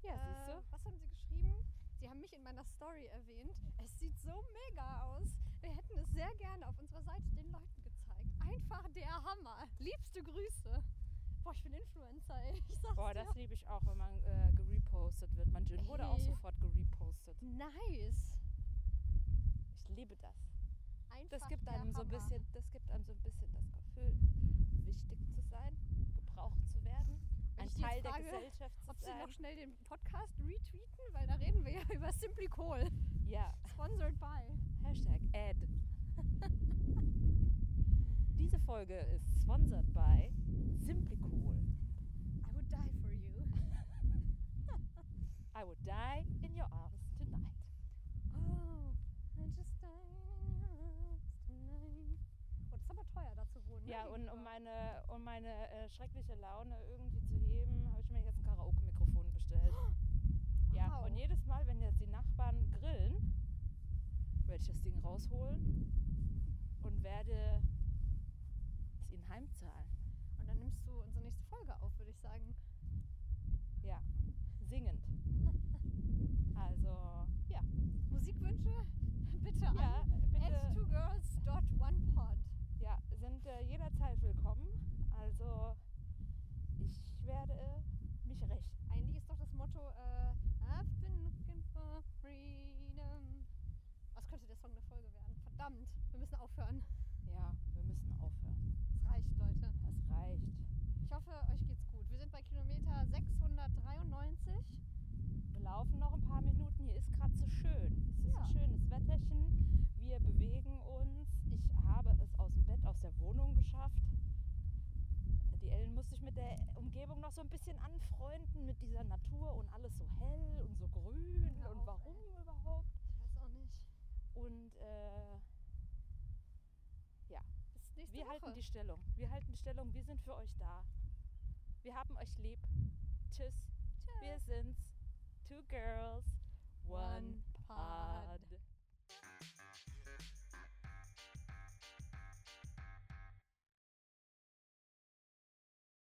Speaker 4: Ja, siehst
Speaker 2: Äh,
Speaker 4: du?
Speaker 2: was haben sie geschrieben? Sie haben mich in meiner Story erwähnt. Es sieht so mega aus. Wir hätten es sehr gerne auf unserer Seite den Leuten gezeigt. Einfach der Hammer. Liebste Grüße. Boah, ich bin Influencer, ey. Ich sag's
Speaker 4: Boah,
Speaker 2: dir.
Speaker 4: das liebe ich auch, wenn man äh, gerepostet wird. Mein Gin wurde auch
Speaker 2: Ey.
Speaker 4: sofort gerepostet.
Speaker 2: Nice.
Speaker 4: Ich liebe das.
Speaker 2: Einfach
Speaker 4: Das gibt
Speaker 2: der
Speaker 4: einem so ein
Speaker 2: Hammer.
Speaker 4: bisschen, das gibt einem so ein bisschen das Gefühl, wichtig zu sein, gebraucht zu werden,
Speaker 2: Wenn
Speaker 4: ein
Speaker 2: ich die
Speaker 4: Teil
Speaker 2: jetzt frage,
Speaker 4: der Gesellschaft zu
Speaker 2: Ob sie
Speaker 4: sein.
Speaker 2: noch schnell den Podcast retweeten, weil da reden wir ja über Simply Cool.
Speaker 4: Ja,
Speaker 2: Sponsored by.
Speaker 4: Hashtag Ad. Diese Folge ist sponsored by Simply Cool.
Speaker 2: I would die for you.
Speaker 4: I would die in your arms tonight.
Speaker 2: Oh, I just die in your arms tonight. Oh, das ist aber teuer, da zu wohnen. ne?
Speaker 4: Ja, und um
Speaker 2: Gegenüber.
Speaker 4: meine, um meine äh, schreckliche Laune irgendwie zu heben, habe ich mir jetzt ein Karaoke-Mikrofon bestellt. Ja,
Speaker 2: Wow.
Speaker 4: und jedes Mal, wenn jetzt die Nachbarn grillen, werde ich das Ding rausholen und werde es ihnen heimzahlen.
Speaker 2: Und dann nimmst du unsere nächste Folge auf, würde ich sagen.
Speaker 4: Singend. Also, ja.
Speaker 2: Musikwünsche? Bitte
Speaker 4: Ja, also,
Speaker 2: an
Speaker 4: bitte.
Speaker 2: at twogirls.onepod.
Speaker 4: Ja, sind äh, jederzeit willkommen. Also
Speaker 2: äh, könnte der Song eine Folge werden. Verdammt, wir müssen aufhören.
Speaker 4: Ja, wir müssen aufhören.
Speaker 2: Es reicht, Leute.
Speaker 4: Das reicht.
Speaker 2: Ich hoffe, euch geht's gut. Wir sind bei Kilometer 693.
Speaker 4: Wir laufen noch ein paar Minuten. Hier ist gerade so schön. Es ist
Speaker 2: Ja.
Speaker 4: ein schönes Wetterchen. Wir bewegen uns. Ich habe es aus dem Bett, aus der Wohnung geschafft. Die Ellen muss sich mit der Umgebung noch so ein bisschen anfreunden, mit dieser Natur und alles so hell und so grün
Speaker 2: Hör
Speaker 4: und
Speaker 2: auf,
Speaker 4: warum überhaupt.
Speaker 2: Ich weiß auch nicht.
Speaker 4: Und äh,
Speaker 2: Bis nächste
Speaker 4: wir
Speaker 2: Woche.
Speaker 4: halten die Stellung. Wir halten die Stellung. Wir sind für euch da. Wir haben euch lieb. Tschüss. Wir sind's. Two girls, one,
Speaker 2: One